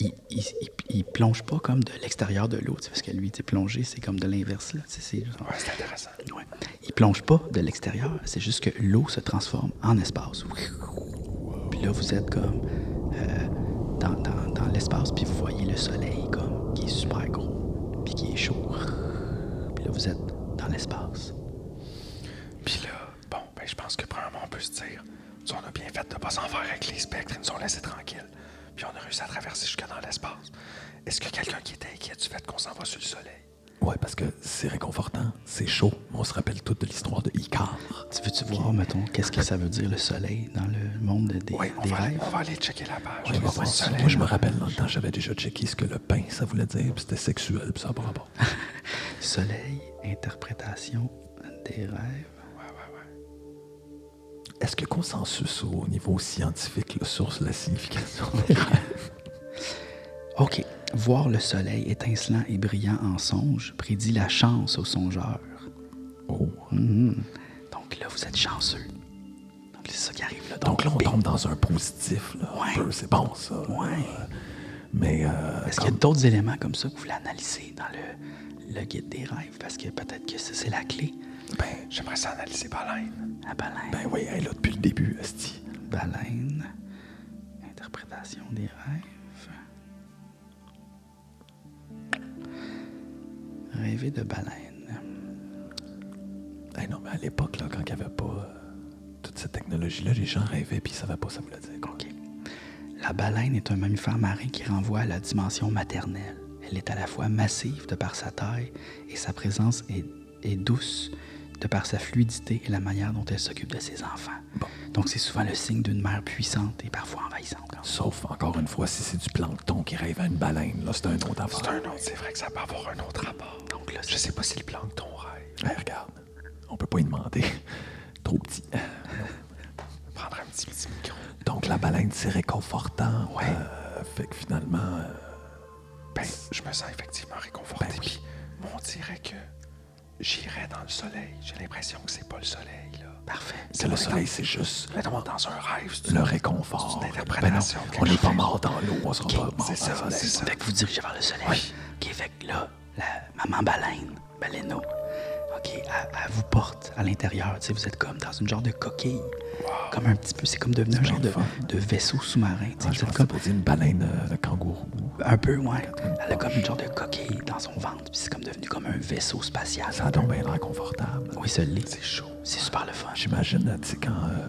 S1: il, il, il- il plonge pas comme de l'extérieur de l'eau, tu sais, parce que lui, tu sais, plonger, c'est comme de l'inverse, là. tu sais, c'est genre-
S3: Ouais, c'est intéressant.
S1: Ouais. Il plonge pas de l'extérieur, c'est juste que l'eau se transforme en espace. Puis là, vous êtes comme euh, dans, dans- dans l'espace, puis vous voyez le soleil comme qui est super gros, puis qui est chaud. Puis là, vous êtes dans l'espace.
S3: Puis là, bon, ben, je pense que premièrement, on peut se dire, tu sais, on a bien fait de pas s'en faire avec les spectres, ils nous ont laissés tranquilles. Puis on a réussi à traverser jusque dans l'espace. Est-ce que quelqu'un qui était inquiet du fait qu'on s'en va sur le soleil?
S2: Ouais, parce que c'est réconfortant, c'est chaud. On se rappelle toute de l'histoire de Icar.
S1: Tu veux-tu voir, mettons, qu'est-ce que ça veut dire le soleil dans le monde des,
S3: Oui, on,
S1: des
S3: va aller-
S1: rêves?
S3: on va aller checker la page.
S2: Ouais,
S3: On va
S2: bon,
S3: voir le
S2: ça,
S3: soleil.
S2: moi, je me rappelle, dans le temps, j'avais déjà checké ce que le pain, ça voulait dire, puis c'était sexuel, puis ça n'a pas rapport.
S1: Soleil, interprétation des rêves.
S2: Est-ce que consensus au niveau scientifique là, sur la signification des rêves?
S1: OK. Voir le soleil étincelant et brillant en songe prédit la chance aux songeurs.
S2: Oh.
S1: Mhm. Donc là, vous êtes chanceux. Donc c'est ça qui arrive là.
S2: Donc là, on
S1: bing.
S2: tombe dans un positif, là, un
S1: Ouais.
S2: peu, c'est bon, ça. là.
S1: Ouais.
S2: Mais, euh,
S1: Est-ce qu'il y a d'autres éléments comme ça que vous voulez analyser dans le, le guide des rêves? Parce que peut-être que ça, c'est la clé.
S3: Ben, j'aimerais ça analyser baleine.
S1: La baleine.
S2: ben oui, hey, là, depuis le début, esti.
S1: Baleine. Interprétation des rêves. Rêver de baleine.
S2: Hey, non, mais à l'époque, là, quand il n'y avait pas euh, toute cette technologie-là, les gens rêvaient, puis ils ne savaient pas ça voulait dire. quoi.
S1: OK. La baleine est un mammifère marin qui renvoie à la dimension maternelle. Elle est à la fois massive de par sa taille et sa présence est, est douce de par sa fluidité et la manière dont elle s'occupe de ses enfants. Donc c'est souvent le signe d'une mère puissante et parfois envahissante. quand
S2: Sauf, encore une fois, si c'est du plancton qui rêve à une baleine, là, c'est un autre affaire.
S3: C'est un autre, c'est vrai que ça peut avoir un autre rapport.
S1: Donc là,
S3: Je
S1: c'est-
S3: sais pas si le plan de ton rêve
S2: Hey, Eh, regarde, on peut pas y demander. Trop petit.
S3: prendrait un petit, petit micro.
S2: Donc la baleine, c'est réconfortant. Ouais. fait que finalement, euh,
S3: Ben, je me sens effectivement réconforté.
S2: Ben oui.
S3: Puis, moi, on dirait que j'irai dans le soleil. J'ai l'impression que c'est pas le soleil, là.
S2: Parfait. C'est le soleil, c'est juste
S3: Mettons dans un rêve. c'est-
S2: le réconfort.
S3: C'est une interprétation,
S2: Ben non,
S3: quelque
S2: on n'est pas
S3: chose.
S2: mort dans l'eau, on sera pas mort
S3: c'est ça,
S2: dans le
S3: c'est
S2: soleil.
S3: ça.
S1: Fait que vous dirigez vers le soleil. OK, fait que là, la maman baleine, baleineau, OK, elle, elle vous porte à l'intérieur. Tu sais, vous êtes comme dans une genre de coquille. Comme un petit peu, c'est comme devenu un genre de, de vaisseau sous-marin. Tu sais,
S2: Je
S1: vous êtes
S2: pense
S1: comme
S2: comme pour dire une baleine euh, de kangourou.
S1: un peu, ouais. Elle a comme une genre de coquille dans son ventre. Puis c'est comme devenu comme un vaisseau spatial.
S2: Ça tombe bien l'air confortable.
S1: Oui, ça l'est.
S2: C'est chaud.
S1: C'est super le fun.
S2: J'imagine, euh, tu sais, quand euh,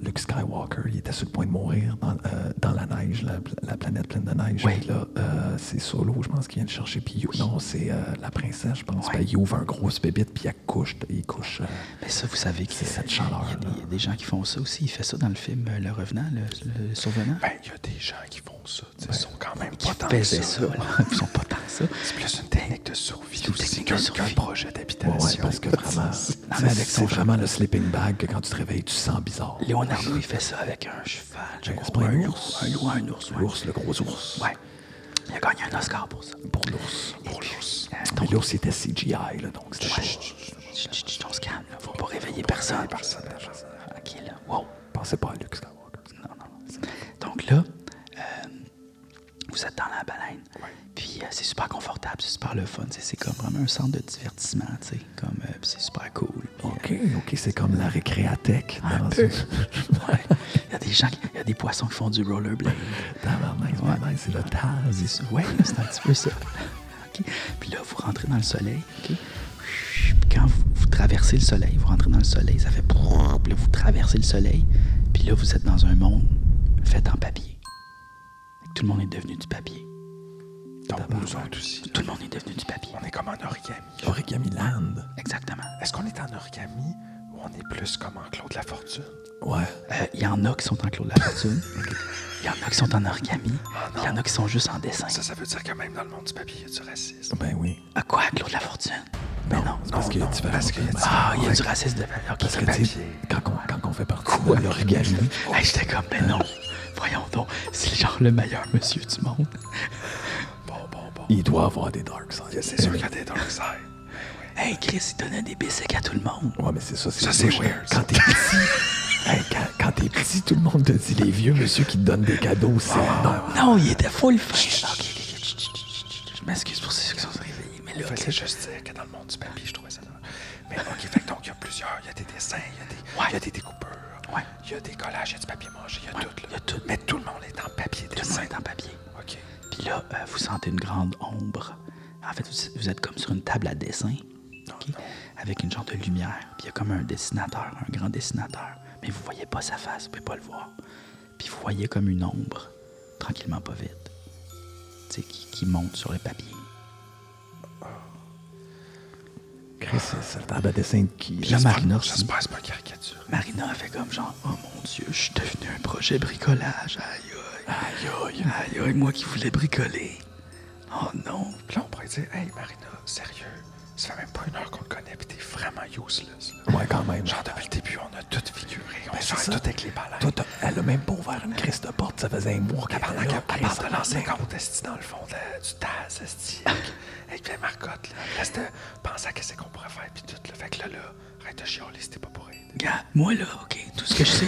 S2: Luke Skywalker, il était sur le point de mourir dans, euh, dans la neige, la, la planète pleine de neige.
S1: Oui.
S2: Puis là, euh, c'est Solo, je pense, qui vient le chercher. Puis il- non, c'est euh, la princesse, je pense.
S1: Ouais.
S2: Puis il ouvre un gros bébite, puis il couche. Il couche euh,
S1: Mais ça, vous savez que
S2: C'est cette
S1: il y a-
S2: chaleur,
S1: Il y a des-
S2: là.
S1: il y, a des gens qui font ça aussi. Il fait ça dans le film euh, Le Revenant, le, le Survenant.
S3: Ben, il y a des gens qui font ça. tu sais,
S2: Ben,
S3: Ils sont quand même pas
S1: Ils
S3: tant que
S1: faisaient ça,
S3: ça.
S1: là. Ils sont pas tant que ça.
S3: C'est plus une technique de survie
S1: C'est une
S3: aussi
S1: technique
S3: qu'un
S1: de
S3: qu'un
S1: survie.
S3: projet
S2: ouais,
S3: d'habitation.
S2: parce que vraiment,
S1: mais
S2: c'est-
S1: avec son
S2: c'est vraiment le sleeping bag que quand tu te réveilles, tu sens bizarre.
S1: Léonardo, il fait ça avec un cheval. je
S2: Ben,
S1: crois,
S2: c'est pas
S1: ou
S2: un
S1: loup,
S2: ours.
S1: Un loup, un ours. ouais.
S2: L'ours, le gros ours.
S1: Ouais. Il a gagné un Oscar pour ça.
S2: Pour l'ours.
S1: Pour l'ours.
S2: Mais l'ours, il était CGI, là, donc c'était pas-
S1: Chut, chut, chut, on se calme. Là. Faut pas réveiller personne.
S3: Personne, personne.
S1: Ok, là. Wow.
S2: Pensez pas à Luke Skywalker.
S1: Non, non. Donc là, euh, vous êtes dans la baleine. Puis euh, c'est super confortable, c'est super le fun. tu sais, C'est comme vraiment un centre de divertissement, tu sais. Comme, euh, c'est super cool. Puis, euh,
S2: OK, OK, c'est comme la récréatech. dans
S1: peu.
S2: une-
S1: Ouais. Il y a des gens, qui- il y a des poissons qui font du rollerblade.
S2: Tabarnak, c'est
S1: Ouais.
S2: nice, c'est le Taz.
S1: C'est- Ouais, c'est un petit peu ça. OK. Puis là, vous rentrez dans le soleil. OK. Puis quand vous, vous traversez le soleil, vous rentrez dans le soleil, ça fait. brrr, Puis là, vous traversez le soleil. Puis là, vous êtes dans un monde fait en papier. Tout le monde est devenu du papier.
S3: Donc, nous autres aussi.
S1: Tout le monde est devenu du papier.
S3: On est comme en origami.
S2: Origami Land.
S1: Exactement.
S3: Est-ce qu'on est en origami ou on est plus comme en Claude Lafortune?
S2: Ouais.
S1: Euh, Il y en a qui sont en Claude Lafortune. Il y en a qui sont en origami. Il y en a qui sont juste en
S2: Ah.
S1: dessin.
S3: Ça, ça veut dire que même dans le monde du papier, il y a du racisme.
S2: Ben oui.
S1: À quoi, Claude Lafortune? Mais non.
S2: C'est parce qu'il y a
S3: non,
S2: différents
S3: parce qu'il y a
S2: films.
S3: différents-
S1: Ah, il y a du racisme de. OK,
S2: Parce que,
S1: c'est
S2: tu sais, quand on, quand on fait partie de l'origami,
S1: Hey, j'étais comme, ben non, voyons donc, c'est genre le meilleur monsieur du monde.
S3: Bon, bon, bon.
S2: il doit avoir des dark sides.
S3: C'est
S1: Euh,
S3: sûr qu'il y a des dark side.
S1: Hey, Chris, il donnait des bicycles à tout le monde.
S2: Ouais, mais c'est ça, c'est
S3: Ça,
S2: louche,
S3: c'est
S2: là.
S3: weird, ça.
S2: Quand t'es petit, hey, quand, quand t'es petit, tout le monde te dit les vieux monsieur qui te donnent des cadeaux, c'est non.
S1: Non, il était full fin. Ok, ok, ok, chut, chut, chut, chut, chut. je m'excuse pour ceux qui sont réveillés, mais là,
S3: Fait que
S1: ok.
S3: c'est juste dire que dans le monde du papier, je trouvais ça drôle. Mais OK, fait que donc, il y a plusieurs. Il y a des dessins, il y a des, il y a des découpeurs,
S1: Ouais.
S3: il y a des collages, il y a du papier mangé, il y a
S1: Ouais,
S3: tout. Là.
S1: il y a tout.
S3: Mais tout le monde est en papier
S1: tout le monde
S3: dessin.
S1: est en papier.
S3: OK.
S1: Puis là, euh, vous sentez une grande ombre. En fait, vous, vous êtes comme sur une table à dessin, ok, avec une genre de lumière. Puis il y a comme un dessinateur, un grand dessinateur, mais vous voyez pas sa face, vous pouvez pas le voir. Puis vous voyez comme une ombre, tranquillement pas vite, tu sais, qui, qui monte sur le papier.
S2: Chris, c'est- c'est le table à dessin de qui?
S1: La
S2: là?
S1: Marina aussi.
S3: J'espère que c'est pas une caricature.
S1: Marina a fait comme genre, oh mon dieu, je suis devenu un projet bricolage, aïe aïe, aïe aïe, aïe moi qui voulais bricoler. Oh non.
S3: Puis là, on pourrait dire, hey Marina, sérieux, ça fait même pas une heure qu'on te connaît, puis t'es vraiment useless. là.
S2: Ouais, quand même.
S3: Genre, depuis le début, on a tout figuré.
S1: Ben,
S3: On
S2: c'est
S3: sort
S2: ça.
S3: tout avec les baleines.
S2: Toi, t'as- elle a même pas ouvert une crise de porte, ça faisait un mois qu'elle
S3: Pendant
S2: était là.
S3: qu'elle
S2: Chris,
S3: part de
S2: elle a
S3: l'ancien
S2: même-
S3: compte, esti, dans le fond de la- du Taz, esti, avec- avec Pierre Marcotte, là. Reste euh, pense à qu'est-ce qu'on pourrait faire, puis tout, le Fait que là, là, arrête de chialer, c'était pas pour aider.
S1: Gars, moi là, ok, tout ce que je sais,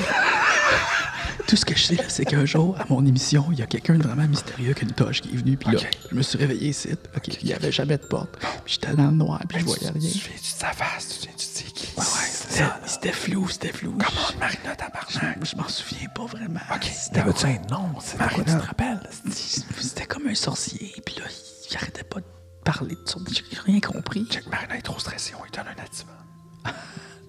S1: tout ce que je sais là, c'est qu'un jour, à mon émission, il y a quelqu'un de vraiment mystérieux qui a une toche qui est venue, puis là,
S3: Ok.
S1: je me suis réveillé ici, ok, Ben, il y avait jamais de porte, puis j'étais dans le noir, puis je
S3: Tu-
S1: voyais rien. Ah
S3: Tu viens-tu de sa face, tu viens-tu de ses qui? Ouais,
S1: C'était- C'était flou, c'était flou. Hein,
S3: Comment, Marina, tabarnak?
S1: Je, je m'en souviens pas vraiment. C'était
S2: T'avais-tu un nom? C'est de quoi tu te
S3: Marina.
S2: rappelles?
S1: C'était comme un sorcier, puis là, il- il arrêtait pas de parler de sorte. J'ai rien compris.
S3: Check, Marina est trop stressée, on lui donne un activant.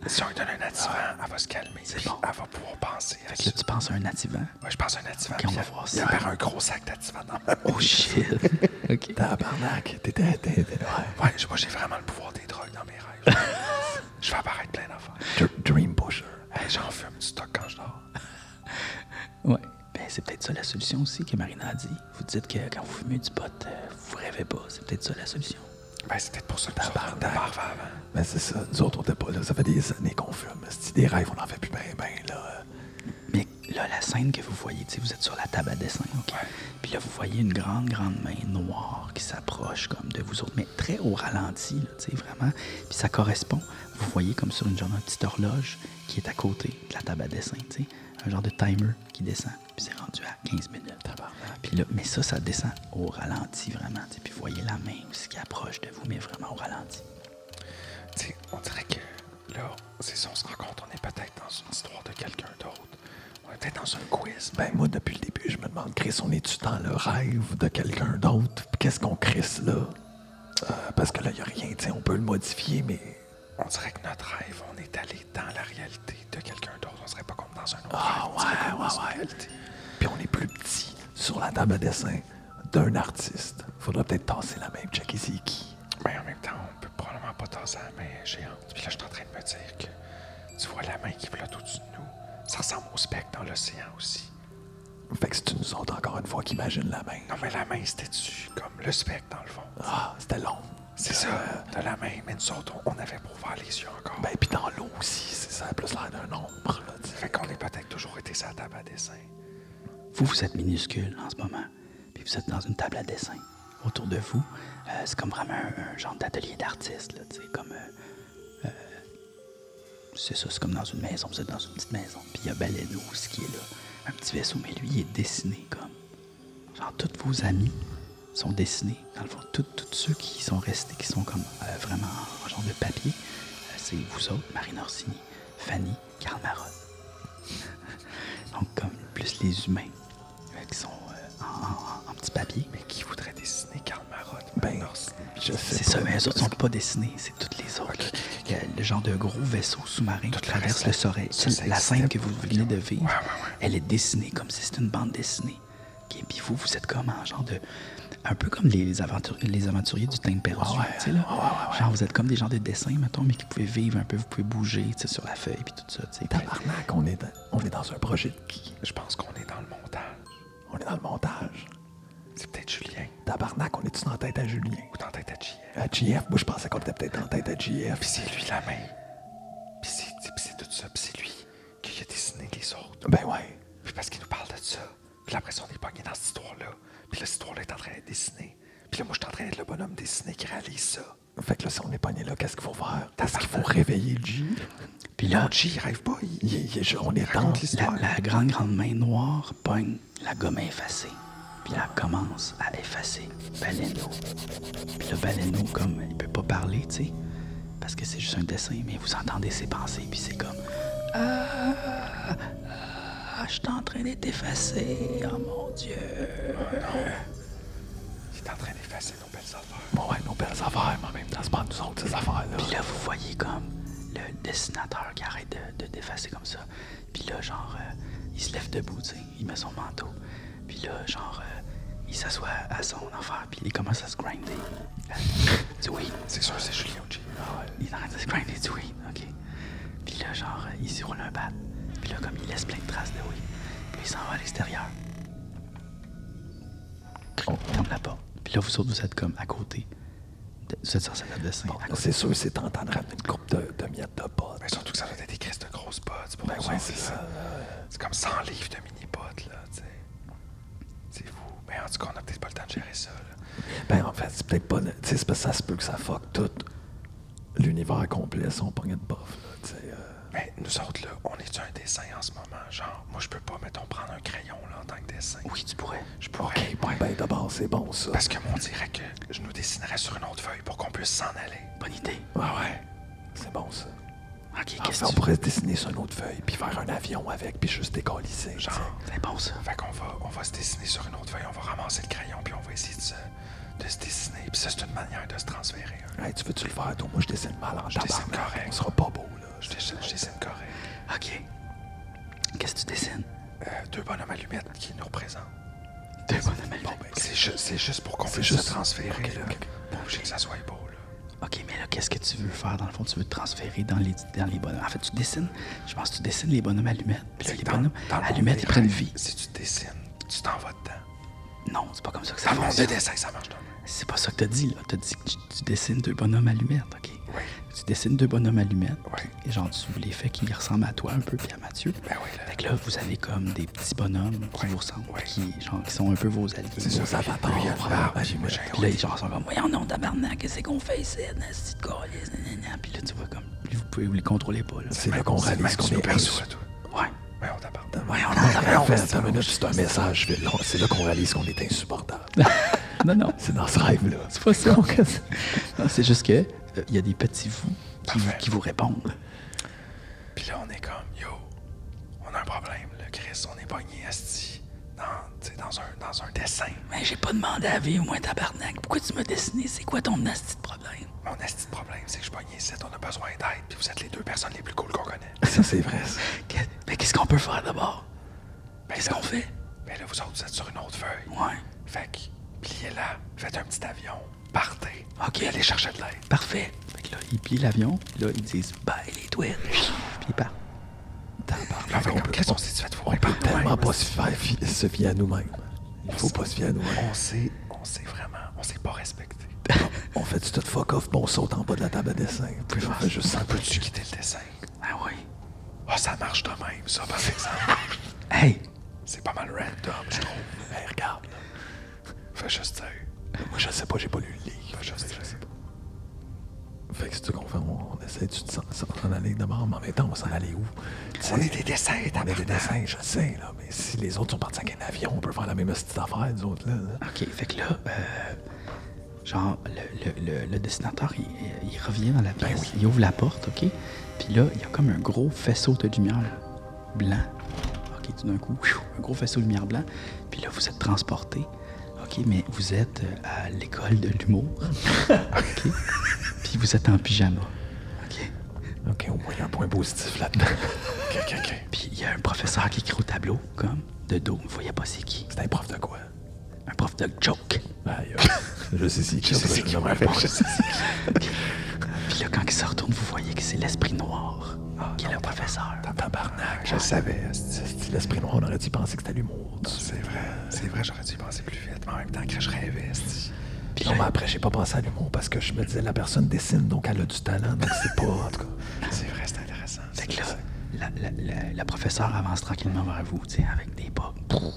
S3: Si on lui donne un activant, elle va se calmer, puis
S1: bon.
S3: elle va pouvoir penser. avec
S1: Là,
S3: ça.
S1: tu penses à un nativant.
S3: Moi, je pense à un activant,
S1: on
S3: puis
S1: va
S3: elle-
S1: voir
S3: il
S1: ça.
S3: apparaît un gros sac d'activant dans ma
S1: Oh shit. ok.
S2: Tabarnak, t'étais... t'étais- ouais.
S3: Ouais, je- moi, j'ai vraiment le pouvoir des drogues dans mes rêves. Je vais apparaître plein d'affaires.
S2: Dr- Dream Pusher.
S3: Hey, J'en fume du stock quand je dors.
S1: Ouais. Ben, c'est peut-être ça la solution aussi que Marina a dit. Vous dites que quand vous fumez du pot, euh, vous rêvez pas. C'est peut-être ça la solution.
S3: Ben, c'est peut-être pour ça que nous autres, on était
S2: Tabarnak.
S3: parfaits avant.
S2: Ben c'est ça, nous autres on était pas là, ça fait des années qu'on fume. C'est des rêves, on en fait plus ben ben là.
S1: Mais Là, la scène que vous voyez, tu sais, vous êtes sur la table à dessin, OK? Puis là, vous voyez une grande, grande main noire qui s'approche comme de vous autres, mais très au ralenti, là, tu sais, vraiment. Puis ça correspond, vous voyez comme sur une genre de petite horloge qui est à côté de la table à dessin, tu sais, un genre de timer qui descend. Puis c'est rendu à 15 minutes. Puis là, mais ça, ça descend au ralenti, vraiment, tu sais. Puis vous voyez la main aussi qui approche de vous, mais vraiment au ralenti.
S3: Tu sais, on dirait que là, c'est ça, on se rend compte, on est peut-être dans une histoire de quelqu'un d'autre. On est peut-être dans un quiz.
S2: Ben moi, depuis le début, je me demande, Chris, on est-tu dans le rêve de quelqu'un d'autre? Puis Qu'est-ce qu'on crisse là? Euh, parce que là, il a rien, tu sais, on peut le modifier, mais...
S3: On dirait que notre rêve, on est allé dans la réalité de quelqu'un d'autre. On serait pas comme dans un autre
S2: Ah
S3: rêve. on serait comme dans une
S2: ouais, ouais, ouais.
S3: réalité.
S2: Puis on est plus petit sur la table à dessin d'un artiste. Faudrait peut-être tasser la même, checker c'est qui.
S3: Mais en même temps, on peut probablement pas tasser la main géante. Puis là, je suis en train de me dire que tu vois la main qui flotte au-dessus de nous. Ça ressemble au spectre dans l'océan aussi.
S2: Fait que c'est nous autres, encore une fois, qui imagine la main.
S3: Non, mais la main, c'était-tu comme le spectre dans le fond?
S2: Ah, c'était long.
S3: C'est ça, de la main. Mais nous autres, on on avait pas ouvert les yeux encore.
S2: Ben, puis dans l'eau aussi, c'est ça, plus l'air d'un ombre, là, tu sais.
S3: Fait qu'on est peut-être toujours été sur la table à dessin.
S1: Vous, vous êtes minuscule en ce moment, puis vous êtes dans une table à dessin. Autour de vous, euh, c'est comme vraiment un, un genre d'atelier d'artiste, là, tu sais, comme... euh, euh, c'est ça, c'est comme dans une maison, vous êtes dans une petite maison, puis il y a Baleine ce qui est là, un petit vaisseau, mais lui, il est dessiné comme... Genre, tous vos amis sont dessinés. Dans le fond, tous tous ceux qui sont restés, qui sont comme euh, vraiment en genre de papier, euh, c'est vous autres, Marine Orsini, Fanny, Karl Marotte. Donc, comme plus les humains euh, qui sont euh,
S3: Ah,
S1: en, en- en petit papier.
S3: Mais qui voudrait dessiner Karl Marotte?
S2: Ben,
S3: Maintenant,
S2: je sais
S1: C'est ça, mais les autres sont pas dessinés, c'est toutes les autres. Il y a le genre de gros vaisseau sous-marin qui
S3: Tout le
S1: traverse
S3: reste,
S1: le
S3: là,
S1: soleil.
S3: ça, ça
S1: La scène
S3: existait
S1: que vous
S3: pas,
S1: venez
S3: ok.
S1: de vivre,
S3: Ouais, ouais, ouais.
S1: elle est dessinée comme si c'était une bande dessinée. Et Puis vous, vous êtes comme un genre de. Un peu comme les, aventuriers, les aventuriers du temps perdu. tu sais, là. Genre, vous êtes comme des gens de dessin, mettons, mais qui pouvez vivre un peu, vous pouvez bouger tu sais, sur la feuille, puis tout ça. tu sais.
S2: Tabarnak, on est, dans, on est dans un projet de qui?
S3: Je pense qu'on est dans le montage.
S2: On est dans le montage.
S3: C'est peut-être Julien
S2: Tabarnak, on est-tu dans la tête à Julien?
S3: ou dans tête à JF.
S2: À JF, moi je pensais qu'on était peut-être en tête à JF.
S3: Puis c'est lui la main. Puis c'est puis c'est tout ça. Puis c'est lui qui a dessiné les autres.
S2: Ben ouais.
S3: Puis parce qu'il nous parle de ça. Puis là, après ça, on est pogné dans cette histoire-là. Puis là, cette histoire-là est en train d'être dessinée. Puis là, moi, je suis en train d'être le bonhomme dessiné qui réalise ça.
S2: Fait que là, si on est pogné là, qu'est-ce qu'il faut faire? Est-ce qu'il faut réveiller le J?
S1: Puis là,
S3: Mon J, il rêve pas. Il,
S2: Il- il- je- on est dans
S3: raconte
S1: La,
S3: l'histoire.
S1: la grande, grande main noire pogne la gomme effacée. Puis elle commence à effacer Baleno. Puis le Baleno, comme il peut pas parler, tu sais, parce que c'est juste un dessin, mais vous entendez ses pensées, puis c'est comme Ah, ah je suis en train d'être effacé, oh mon Dieu.
S3: Il est en train d'effacer nos belles affaires.
S2: Bon, ouais, nos belles affaires, mais en même temps, c'est pas nous autres, ces affaires-là.
S1: Puis là, vous voyez comme le dessinateur qui arrête de, de défacer comme ça. Puis là, genre, euh, il se lève debout, tu sais, il met son manteau. Puis là, genre, euh, il s'assoit à son enfer, puis il commence à se grinder. Euh, du weed. Ah,
S3: C'est sûr, c'est Julien ou J.
S1: Il est en train de se grinder du weed, OK? Puis là, genre, euh, il s'y roule un bat. Puis là, comme il laisse plein de traces de weed. Puis il s'en va à l'extérieur. On ferme la porte. Puis là, vous autres, vous êtes comme à côté. de- Vous êtes sur cette table de dessin. à côté.
S2: C'est sûr, c'est tentant de ramener une coupe de, de miettes de potes.
S3: Mais surtout que ça doit être des crises de grosses potes. Pour
S2: Ben
S3: nous
S2: ouais,
S3: autres,
S2: c'est
S3: là.
S2: ça.
S3: C'est comme 100 livres de mini-potes, là, tu sais. C'est fou. Mais en tout cas, on a peut-être pas le temps de gérer ça, là.
S2: Ben en fait, c'est peut-être pas. le- Tu sais, c'est parce que ça se peut que ça fuck tout l'univers complet si on pognait de bof, là, tu sais. euh.
S3: Mais Ben, nous autres, là, on est sur un dessin en ce moment? Genre, moi, je peux pas, mettons, prendre un crayon, là, en tant que dessin.
S1: Oui, tu pourrais.
S3: Je pourrais. ouais.
S2: Ben d'abord, c'est bon, ça.
S3: Parce que moi, on dirait que je nous dessinerais sur une autre feuille pour qu'on puisse s'en aller.
S1: Bonne idée.
S2: Ah ouais, c'est bon, ça.
S3: Ah,
S1: Ok,
S2: Enfin,
S1: qu'est-ce
S2: on
S1: que tu
S2: pourrait se dessiner sur une autre feuille, puis faire un avion avec, puis juste décollisser, genre.
S3: Genre,
S1: C'est bon ça.
S3: fait qu'on va, on va se dessiner sur une autre feuille, on va ramasser le crayon, puis on va essayer de se, de se dessiner. Puis ça, c'est une manière de se transférer. hein.
S2: Hey, tu veux-tu le faire, toi? Moi, je dessine mal en tabarnak.
S3: dessine correct.
S2: On sera pas beau, là.
S3: Je dessine, je dessine correct.
S1: Ok. Qu'est-ce que tu dessines
S3: Euh, deux bonhommes allumettes qui nous représentent.
S1: Deux bonhommes à
S3: Bon, ben, c'est ju- c'est juste pour qu'on
S2: C'est
S3: puisse
S2: juste-
S3: se transférer.
S2: ok,
S3: là.
S2: ok, ok.
S3: Pas obligé que ça soit beau, là.
S1: Ok, mais là, qu'est-ce que tu veux faire Dans le fond, tu veux te transférer dans les, dans les bonhommes. En fait, tu dessines. Je pense que tu dessines les bonhommes allumettes. Puis là,
S3: C'est
S1: les
S3: que dans-
S1: bonhommes
S3: dans le monde
S1: allumettes,
S3: des
S1: ils prennent
S3: rêves,
S1: vie.
S3: Si tu dessines, tu t'en vas dedans.
S1: Non, c'est pas comme ça que ça
S3: Ça marche. Des
S1: fonctionne.
S3: dessins, ça marche. donc.
S1: C'est pas ça que t'as dit, là. T'as dit que tu, tu dessines deux bonhommes allumettes, OK?
S3: Oui.
S1: Tu dessines deux bonhommes allumettes.
S3: Ouais.
S1: Et genre, tu les fais qui ressemblent à toi un peu, puis à Mathieu.
S3: Ben oui, là.
S1: Fait que là, vous avez comme des petits bonhommes qui vous ressemblent,
S3: Ouais.
S1: qui, genre, qui sont un peu vos alliés.
S3: C'est sûr, ça va pas. Il y a une barbe, puis moi, j'ai
S1: Puis là, ils genre, sont comme, voyons non, tabarnak, qu'est-ce qu'on fait ici, nasty de câlisse, nanana. Puis là, tu vois, comme, plus vous pouvez, vous les contrôlez pas, là.
S2: C'est là qu'on
S3: C'est le
S2: réalise
S3: mec
S2: qu'on
S3: qui
S2: est
S3: nous
S2: perçu.
S3: perçoit, toi.
S1: Ouais.
S3: Ouais, on t'appartient.
S1: Voyons non, tabarnak.
S2: Attends, attends une minute, c'est un message. je vais- non, C'est là qu'on réalise qu'on est insupportable.
S1: Ah, Non, non.
S2: C'est dans ce rêve-là.
S1: C'est pas ça. Non, c'est juste que, euh, il y a des petits vous qui, vous qui vous répondent.
S3: Puis là, on est comme, yo, on a un problème, le Chris, on est pogné, asti, dans, tu sais, dans, un, dans un dessin.
S1: Mais j'ai pas demandé à vivre, moi, tabarnak. Pourquoi tu m'as dessiné? C'est quoi ton nasty de problème?
S3: Mon asti de problème, c'est que je suis pogné ici, on a besoin d'aide, puis vous êtes les deux personnes les plus cool qu'on connaît.
S2: Ça, c'est vrai. ça. Ben,
S1: Qu'est- Mais ben, qu'est-ce qu'on peut faire d'abord? Qu'est-ce qu'on fait?
S3: Mais là, vous autres, vous êtes sur une autre feuille.
S1: Ouais.
S3: Fait que, pliez-la, faites un petit avion, partez,
S1: Ok.
S3: puis allez chercher de l'aide.
S1: Parfait. Fait que là, ils plient l'avion, puis là, ils disent bye les twins. Puis ils partent.
S3: Puis là, on fait comme, Chris, on s'est fait fourrer par
S2: Tellement
S3: nous-mêmes.
S2: pas se fier- fi- se fier à nous-mêmes. Il faut pas se fier à nous-mêmes.
S3: On s'est, on s'est vraiment, on s'est pas respecté.
S2: On fait du tout fuck off, puis on saute en bas de la table à dessin. Vous pouvez faire juste ça.
S3: On peut-tu quitter le dessin?
S1: Ah oui.
S3: Ah, ça marche de même, ça, par exemple.
S1: Hey!
S3: C'est pas mal random, je trouve.
S2: Hey, regarde. là.
S3: Fais juste ça.
S2: Moi, je sais pas, j'ai pas lu le livre.
S3: Fais juste ça.
S2: Fait que c'est tout qu'on fait. On, on essaie de s'en s'en aller d'abord, mais en même temps, on va s'en aller où? Tu sais,
S3: On est des dessins,
S2: on est des
S3: tabarnak.
S2: dessins, je sais, là. Mais si les autres sont partis avec un avion, on peut faire la même petite affaire, les autres, là. là.
S1: OK, fait que là, euh, genre, le, le- le- le dessinateur, il, il revient dans la pièce, il ouvre la porte, OK? Puis là, il y a comme un gros faisceau de lumière blanc. OK, tout d'un coup, pfiou, un gros faisceau de lumière blanc. Puis là, vous êtes transporté. OK, mais vous êtes euh, à l'école de l'humour. OK? Puis vous êtes en pyjama. OK?
S2: OK, au moins, il y a un point positif là-dedans.
S3: Ok, ok, ok.
S1: Puis il y a un professeur qui écrit au tableau, comme, de dos, vous voyez pas c'est qui.
S2: C'est un prof de quoi?
S1: Un prof de joke.
S2: Aïe, euh, je sais si qui
S3: Je sais c'est qui,
S2: je me
S3: moi,
S2: rappelle.
S3: je sais
S1: Puis là, quand il se retourne, vous voyez que c'est l'esprit noir qui est le professeur.
S2: Tabarnak,
S3: Je
S2: je
S3: le
S2: sais.
S3: savais, esti.
S2: C'est l'esprit noir, on aurait dû penser que c'était l'humour. dans ce-
S3: c'est vrai. C'est vrai, j'aurais dû y penser plus vite, mais en même temps, que je rêvais, esti.
S2: Puis non, mais après, j'ai pas pensé à l'humour parce que je me disais, la personne dessine, donc elle a du talent, donc c'est pas, en tout cas.
S3: C'est vrai, c'est intéressant.
S1: Fait que là, la, la- la- la professeure avance tranquillement vers vous, tu sais, avec des pas. Pouf,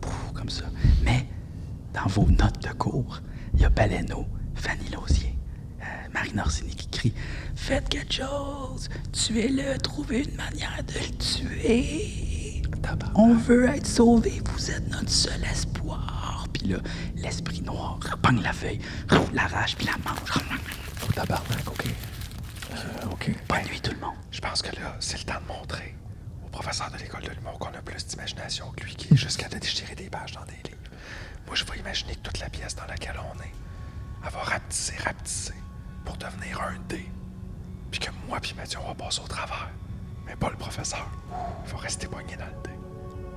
S1: pouf, comme ça. Mais dans vos notes de cours, il y a Baleno, Fanny Lausier, euh, Marie Norsini qui crie Faites quelque chose, tuez-le, trouvez une manière de le tuer. On veut être sauvé, vous êtes notre seul espoir. Puis là, l'esprit noir repogne la feuille, l'arrache, puis la mange.
S2: Au tabarnak, OK. Euh, OK.
S1: Bonne nuit, tout le monde.
S3: Je pense que là, c'est le temps de montrer au professeur de l'école de l'humour qu'on a plus d'imagination que lui qui est jusqu'à de déchirer des pages dans des livres. Moi, je vais imaginer que toute la pièce dans laquelle on est, elle va rapetisser, rapetisser pour devenir un dé. Puis que moi puis Mathieu, on va passer au travers. Mais pas le professeur. Il faut rester poigné dans le dé.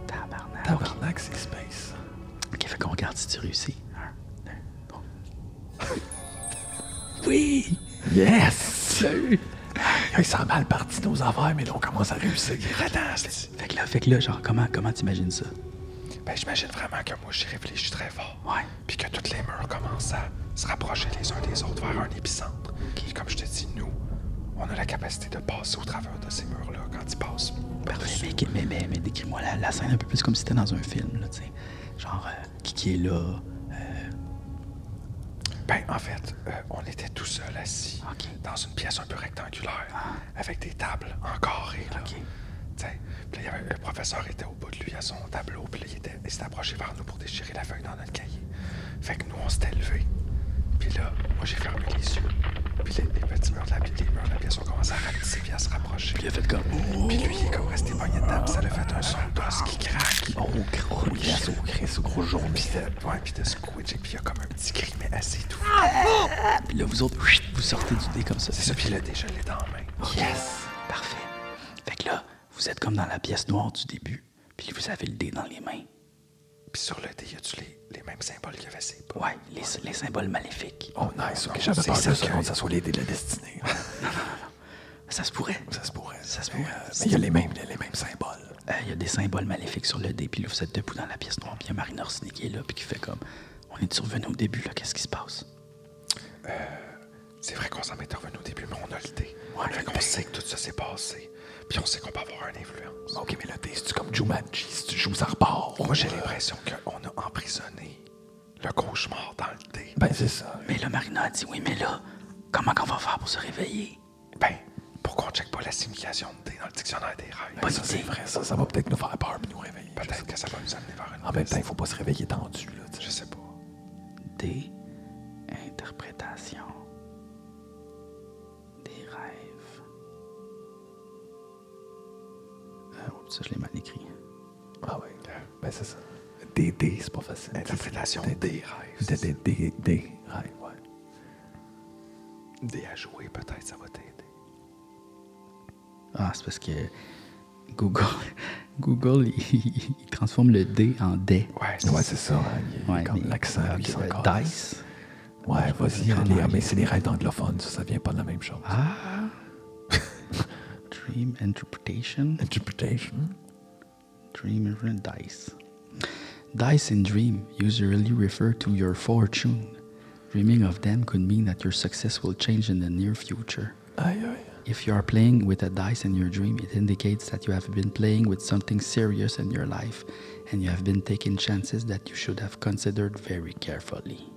S1: Tabarnak.
S2: Tabarnak, c'est space.
S1: Ok, fait qu'on regarde si tu réussis. Un, deux, trois. Oui!
S2: Yes! Ils sont mal partis nos affaires, mais là, on commence à réussir.
S3: Attends, esti.
S1: Fait que là, fait que là, genre, comment, comment t'imagines ça?
S3: Ben, j'imagine vraiment que moi, j'y réfléchis très fort.
S1: Ouais.
S3: Puis que toutes les murs commencent à se rapprocher les uns des autres vers un épicentre. Puis comme je te dis, nous, on a la capacité de passer au travers de ces murs-là quand ils passent.
S1: Parfait. Mais, mais, mais, mais décris-moi la, la scène un peu plus comme si c'était dans un film, là, tu sais. Genre, euh, qui qui est là?
S3: Ben, en fait, euh, on était tout seul assis
S1: Ok. Ah.
S3: dans une pièce un peu rectangulaire avec des tables en carré, là.
S1: Ok.
S3: T'sais, puis là, il y avait- le professeur était au bout de lui à son tableau, puis là, il, était, il s'est approché vers nous pour déchirer la feuille dans notre cahier. Fait que nous, on s'était levés. Puis là, moi, j'ai fermé les yeux. Puis les, les petits murs de la, pi- les murs de la pièce ont commencé à rapetisser puis à se rapprocher.
S1: Il a fait comme. oh,
S3: Puis lui, il est comme resté pogné dedans, puis ça l'a fait un son d'os qui craque.
S2: Oh, gros yes, oh, Chris, oh, gros jour.
S3: Puis de, ouais, puis de squidger, puis il y a comme un petit cri, mais assez tout.
S1: Puis là, vous autres, whist, vous sortez du dé comme ça.
S3: C'est ça, puis là, déjà, je l'ai dans la main.
S1: Yes! Parfait. Fait que là, vous êtes comme dans la pièce noire du début, puis vous avez le dé dans les mains.
S3: Puis sur le dé, y a-tu les, les mêmes symboles qu'il y avait ses pas?
S1: Ouais, les, les symboles maléfiques.
S2: Oh, nice, OK, j'avais
S3: C'est
S2: peur
S3: ça
S2: deux
S3: que-
S2: secondes, ça soit l'idée de la destinée.
S1: Ça se pourrait.
S2: Ça se pourrait.
S1: Ça se pourrait.
S2: Euh, Mais il y a les mêmes, les, les mêmes symboles.
S1: euh, il y a des symboles maléfiques sur le dé, puis là, vous êtes debout dans la pièce noire, puis il y a Marine Orsini qui est là, puis qui fait comme On est survenu au début, là, qu'est-ce qui se passe
S3: C'est vrai qu'on s'en est revenu au début, mais on a le dé.
S1: Ouais,
S3: fait
S1: le
S3: qu'on
S1: dé.
S3: sait que tout ça s'est passé. Puis on sait qu'on peut avoir une influence.
S2: Ok, mais là, t'es- c'est-tu comme Jumanji? Si tu joues, ça repart.
S3: Moi, j'ai l'impression qu'on a emprisonné le cauchemar dans le dé.
S2: Ben, c'est ça.
S1: Mais là, Marina a dit Oui, mais là, comment qu'on va faire pour se réveiller
S3: Ben, pourquoi on check pas la signification de dé dans le dictionnaire des rêves?
S1: Bonne
S2: Ça, c'est
S1: idée.
S2: vrai, ça. Ça va peut-être nous faire peur puis nous réveiller.
S3: Peut-être que ça va nous amener vers une
S2: En même temps,
S3: mauvaise-
S2: il faut pas se réveiller tendu, là. tu sais.
S3: Je sais pas.
S1: Des interprétations des rêves. Euh, oups, ça, je l'ai mal écrit.
S2: Ah oui. Ben, c'est ça. DD, c'est pas facile.
S3: Interprétation des rêves.
S2: DD, DD, rêve, ouais.
S3: Dé à jouer, peut-être, ça va t'aider.
S1: Ah, c'est parce que Google, Google il, il transforme le D en D.
S3: Ouais,
S2: Ouais, c'est ça. hein, il-
S1: Ouais,
S2: comme
S1: mais-
S2: l'accent,
S1: ok,
S2: il s'en
S1: euh,
S2: casse.
S1: Dice.
S2: Ouais, vas-y,
S1: dire en
S2: allez, ah,
S1: anglais.
S2: mais c'est les rêves anglophones, ça, ça vient pas de la même chose.
S1: Ah. Dream Interpretation.
S2: Interpretation.
S1: Dream Dice. Dice in dream usually refer to your fortune. Dreaming of them could mean that your success will change in the near future.
S2: Aïe, aïe.
S1: If you are playing with a dice in your dream, it indicates that you have been playing with something serious in your life and you have been taking chances that you should have considered very carefully.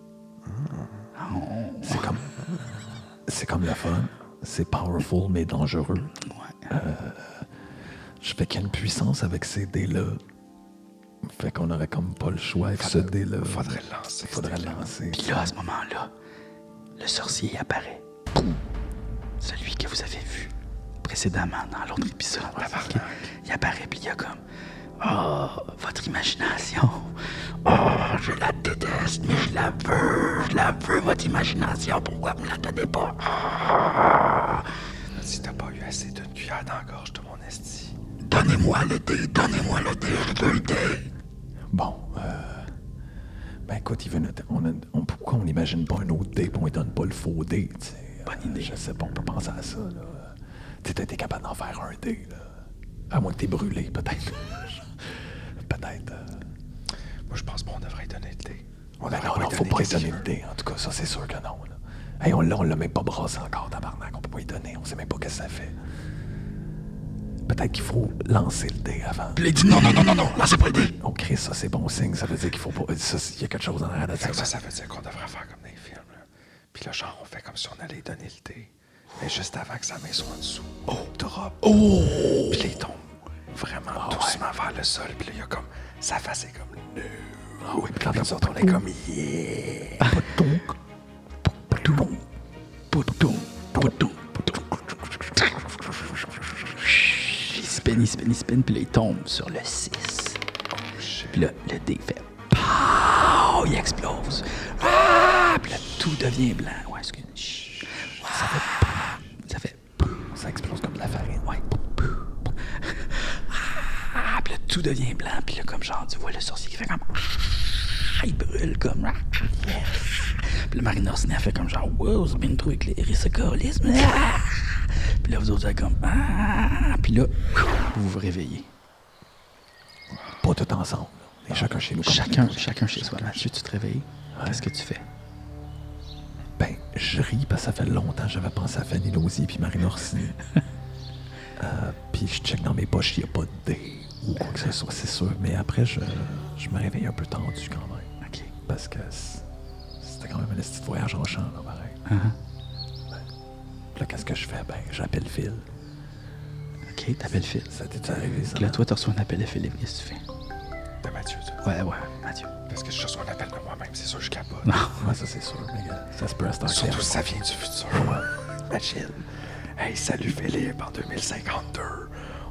S2: C'est comme. C'est comme le fun. C'est powerful, mais dangereux.
S1: Ouais.
S2: Je fais qu'il y a une puissance avec ces dés-là. Fait qu'on aurait comme pas le choix avec ce dé-là.
S3: faudrait le lancer,
S2: Faudrait
S3: ce
S2: le lancer.
S1: Puis là, à ce moment-là, le sorcier apparaît. Poum! Celui que vous avez vu précédemment dans l'autre épisode. Il apparaît, puis il y a comme Oh, votre imagination. Oh, je la déteste, mais je la veux. Je la veux, votre imagination. Pourquoi vous me la donnez pas?
S3: Si t'as pas eu assez d'une cuillère dans la gorge de mon esti,
S1: Donnez-moi le dé, donnez-moi le dé, je veux le dé.
S2: Bon, euh, ben écoute, il veut notre- on a- on- pourquoi on n'imagine pas un autre dé et on ne donne pas le faux dé? tu sais? Euh, Je sais pas, on peut penser à ça. là. Tu sais, t'es capable d'en faire un dé. Là. À moins que t'es brûlé, peut-être. peut-être. euh,
S3: moi, je pense qu'on devrait lui donner le dé. On
S2: ben
S1: Ah,
S3: devrait
S2: non,
S3: lui
S2: non, faut pas lui
S3: qu'est-ce
S2: donner
S3: qu'il
S2: le
S3: veut.
S2: dé. En tout cas, ça, c'est sûr que non. là. Hey, on l'a, on l'a même pas brassé encore, tabarnak. On peut pas lui donner. On sait même pas qu'est-ce que ça fait. Peut-être qu'il faut lancer le dé avant.
S1: Il dit non, non, non, non, non, là c'est pas le dé.
S2: Oh, Chris, ça, c'est bon signe. Ça veut dire qu'il faut pas. ça, Il y a quelque chose en arrière de
S3: Fait
S2: ça.
S3: que ça, ça veut dire qu'on devrait faire comme dans les films. Là. Puis là, genre, on fait comme si on allait donner le dé. Mais juste avant que sa main soit en dessous. Oh, drop. Oh! Puis là, il tombe vraiment doucement vers le sol. Puis là, il y a comme. Sa face est comme. No.
S2: Ah oui, puis quand
S3: Puis
S2: on
S3: nous autres, on est comme. Yeah!
S1: Il spin, il spin, il spin, puis là, il tombe sur le 6. Puis là, le dé fait. Pow! Il explose. Ah! Puis là, tout devient blanc. Ouais, excusez. Chut. Ça fait. Ça fait.
S2: ça explose comme de la farine.
S1: Ouais. Ah! Puis là, tout devient blanc. Puis là, comme genre, tu vois le sorcier qui fait comme. Ah! Il brûle comme. Ah! Puis le marine Orsini a fait comme genre, wow, c'est bien trop éclairé ce colisme. Ah! Puis là, vous autres, vous êtes comme. Ah! Puis là, vous vous réveillez.
S2: Pas tout ensemble. là. On est chacun chez nous. comme
S1: Ah, Chacun,
S2: tout le monde.
S1: chacun chez soi. Mathieu, tu te réveilles. Qu'est-ce que tu fais?
S2: Ben, je ris parce que ça fait longtemps que j'avais pensé à Fanny Lausier puis Marine Orsini. Euh, puis je check dans mes poches, il n'y a pas de dé ou quoi que ce soit, c'est sûr. Mais après, je, je me réveille un peu tendu quand même.
S1: Ok.
S2: Parce que c- c'était quand même un petit voyage en champ, là, pareil.
S3: Ah,
S2: Ben, puis là, qu'est-ce que je fais? Ben, j'appelle Phil.
S1: Ok, t'appelles Phil.
S2: Ça t'est arrivé, ça?
S1: Puis là, toi, tu reçois un appel de Philippe. Qu'est-ce que tu fais?
S3: De Mathieu, ça.
S1: Ouais, ouais, Mathieu.
S3: Parce que je reçois un appel de moi-même, c'est sûr, je capote.
S2: Ouais, ça, c'est sûr, mais euh, ça se peut à cette
S3: Surtout
S2: heure-là.
S3: si ça vient du futur. Imagine. Hey, salut Philippe, en 2052.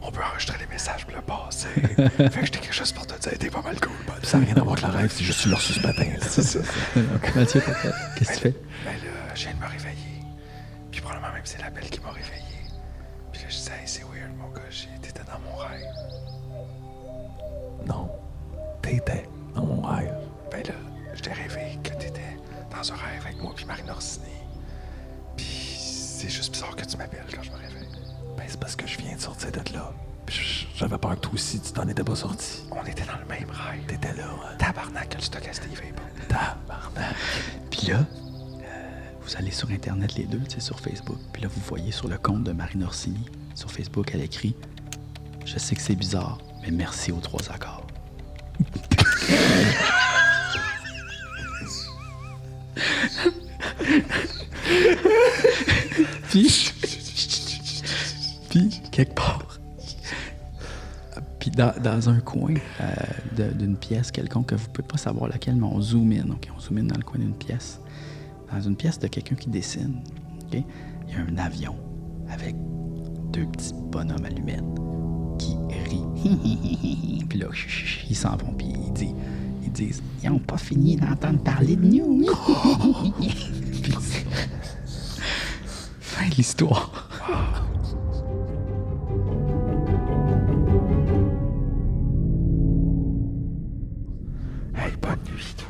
S3: On peut enregistrer des messages pour le passé. fait que j'étais quelque chose pour te dire, t'es pas mal cool, bud.
S2: Ça n'a rien à voir avec le hein. rêve, c'est juste sur leur ce matin. là.
S1: Mathieu, t'appelles. Qu'est-ce que tu fais?
S3: Ben là, je viens de me réveiller. Puis probablement même c'est l'appel qui m'a réveillé. Puis là, je disais, hey, c'est weird, mon gars, j'ai- t'étais dans mon rêve.
S2: Non. T'étais dans mon rêve.
S3: Ben là, je t'ai rêvé que t'étais dans un rêve avec moi puis Marine Orsini. Puis c'est juste bizarre que tu m'appelles quand je me réveille.
S2: Ben, c'est parce que je viens de sortir de là. Puis je- J'avais peur que toi aussi, tu t'en étais pas sorti.
S3: On était dans le même rêve.
S2: T'étais là, hein?
S3: Tabarnak, que le stockage Steve est bon.
S2: Tabarnak.
S1: Puis là, euh, vous allez sur Internet les deux, tu sais, sur Facebook. Puis là, vous voyez sur le compte de Marine Orsini, sur Facebook, elle écrit Je sais que c'est bizarre, mais merci aux trois accords. puis, puis, quelque part, puis dans, dans un coin euh, de- d'une pièce quelconque que vous pouvez pas savoir laquelle, mais on zoom in, ok? On zoom in dans le coin d'une pièce. Dans une pièce de quelqu'un qui dessine, ok? Il y a un avion avec deux petits bonhommes allumettes qui rient. puis là, ils s'en vont, puis ils disent, ils disent, ils ont pas fini d'entendre parler de nous. hein? Puis c'est- fin de l'histoire.
S3: Hey, bonne nuit.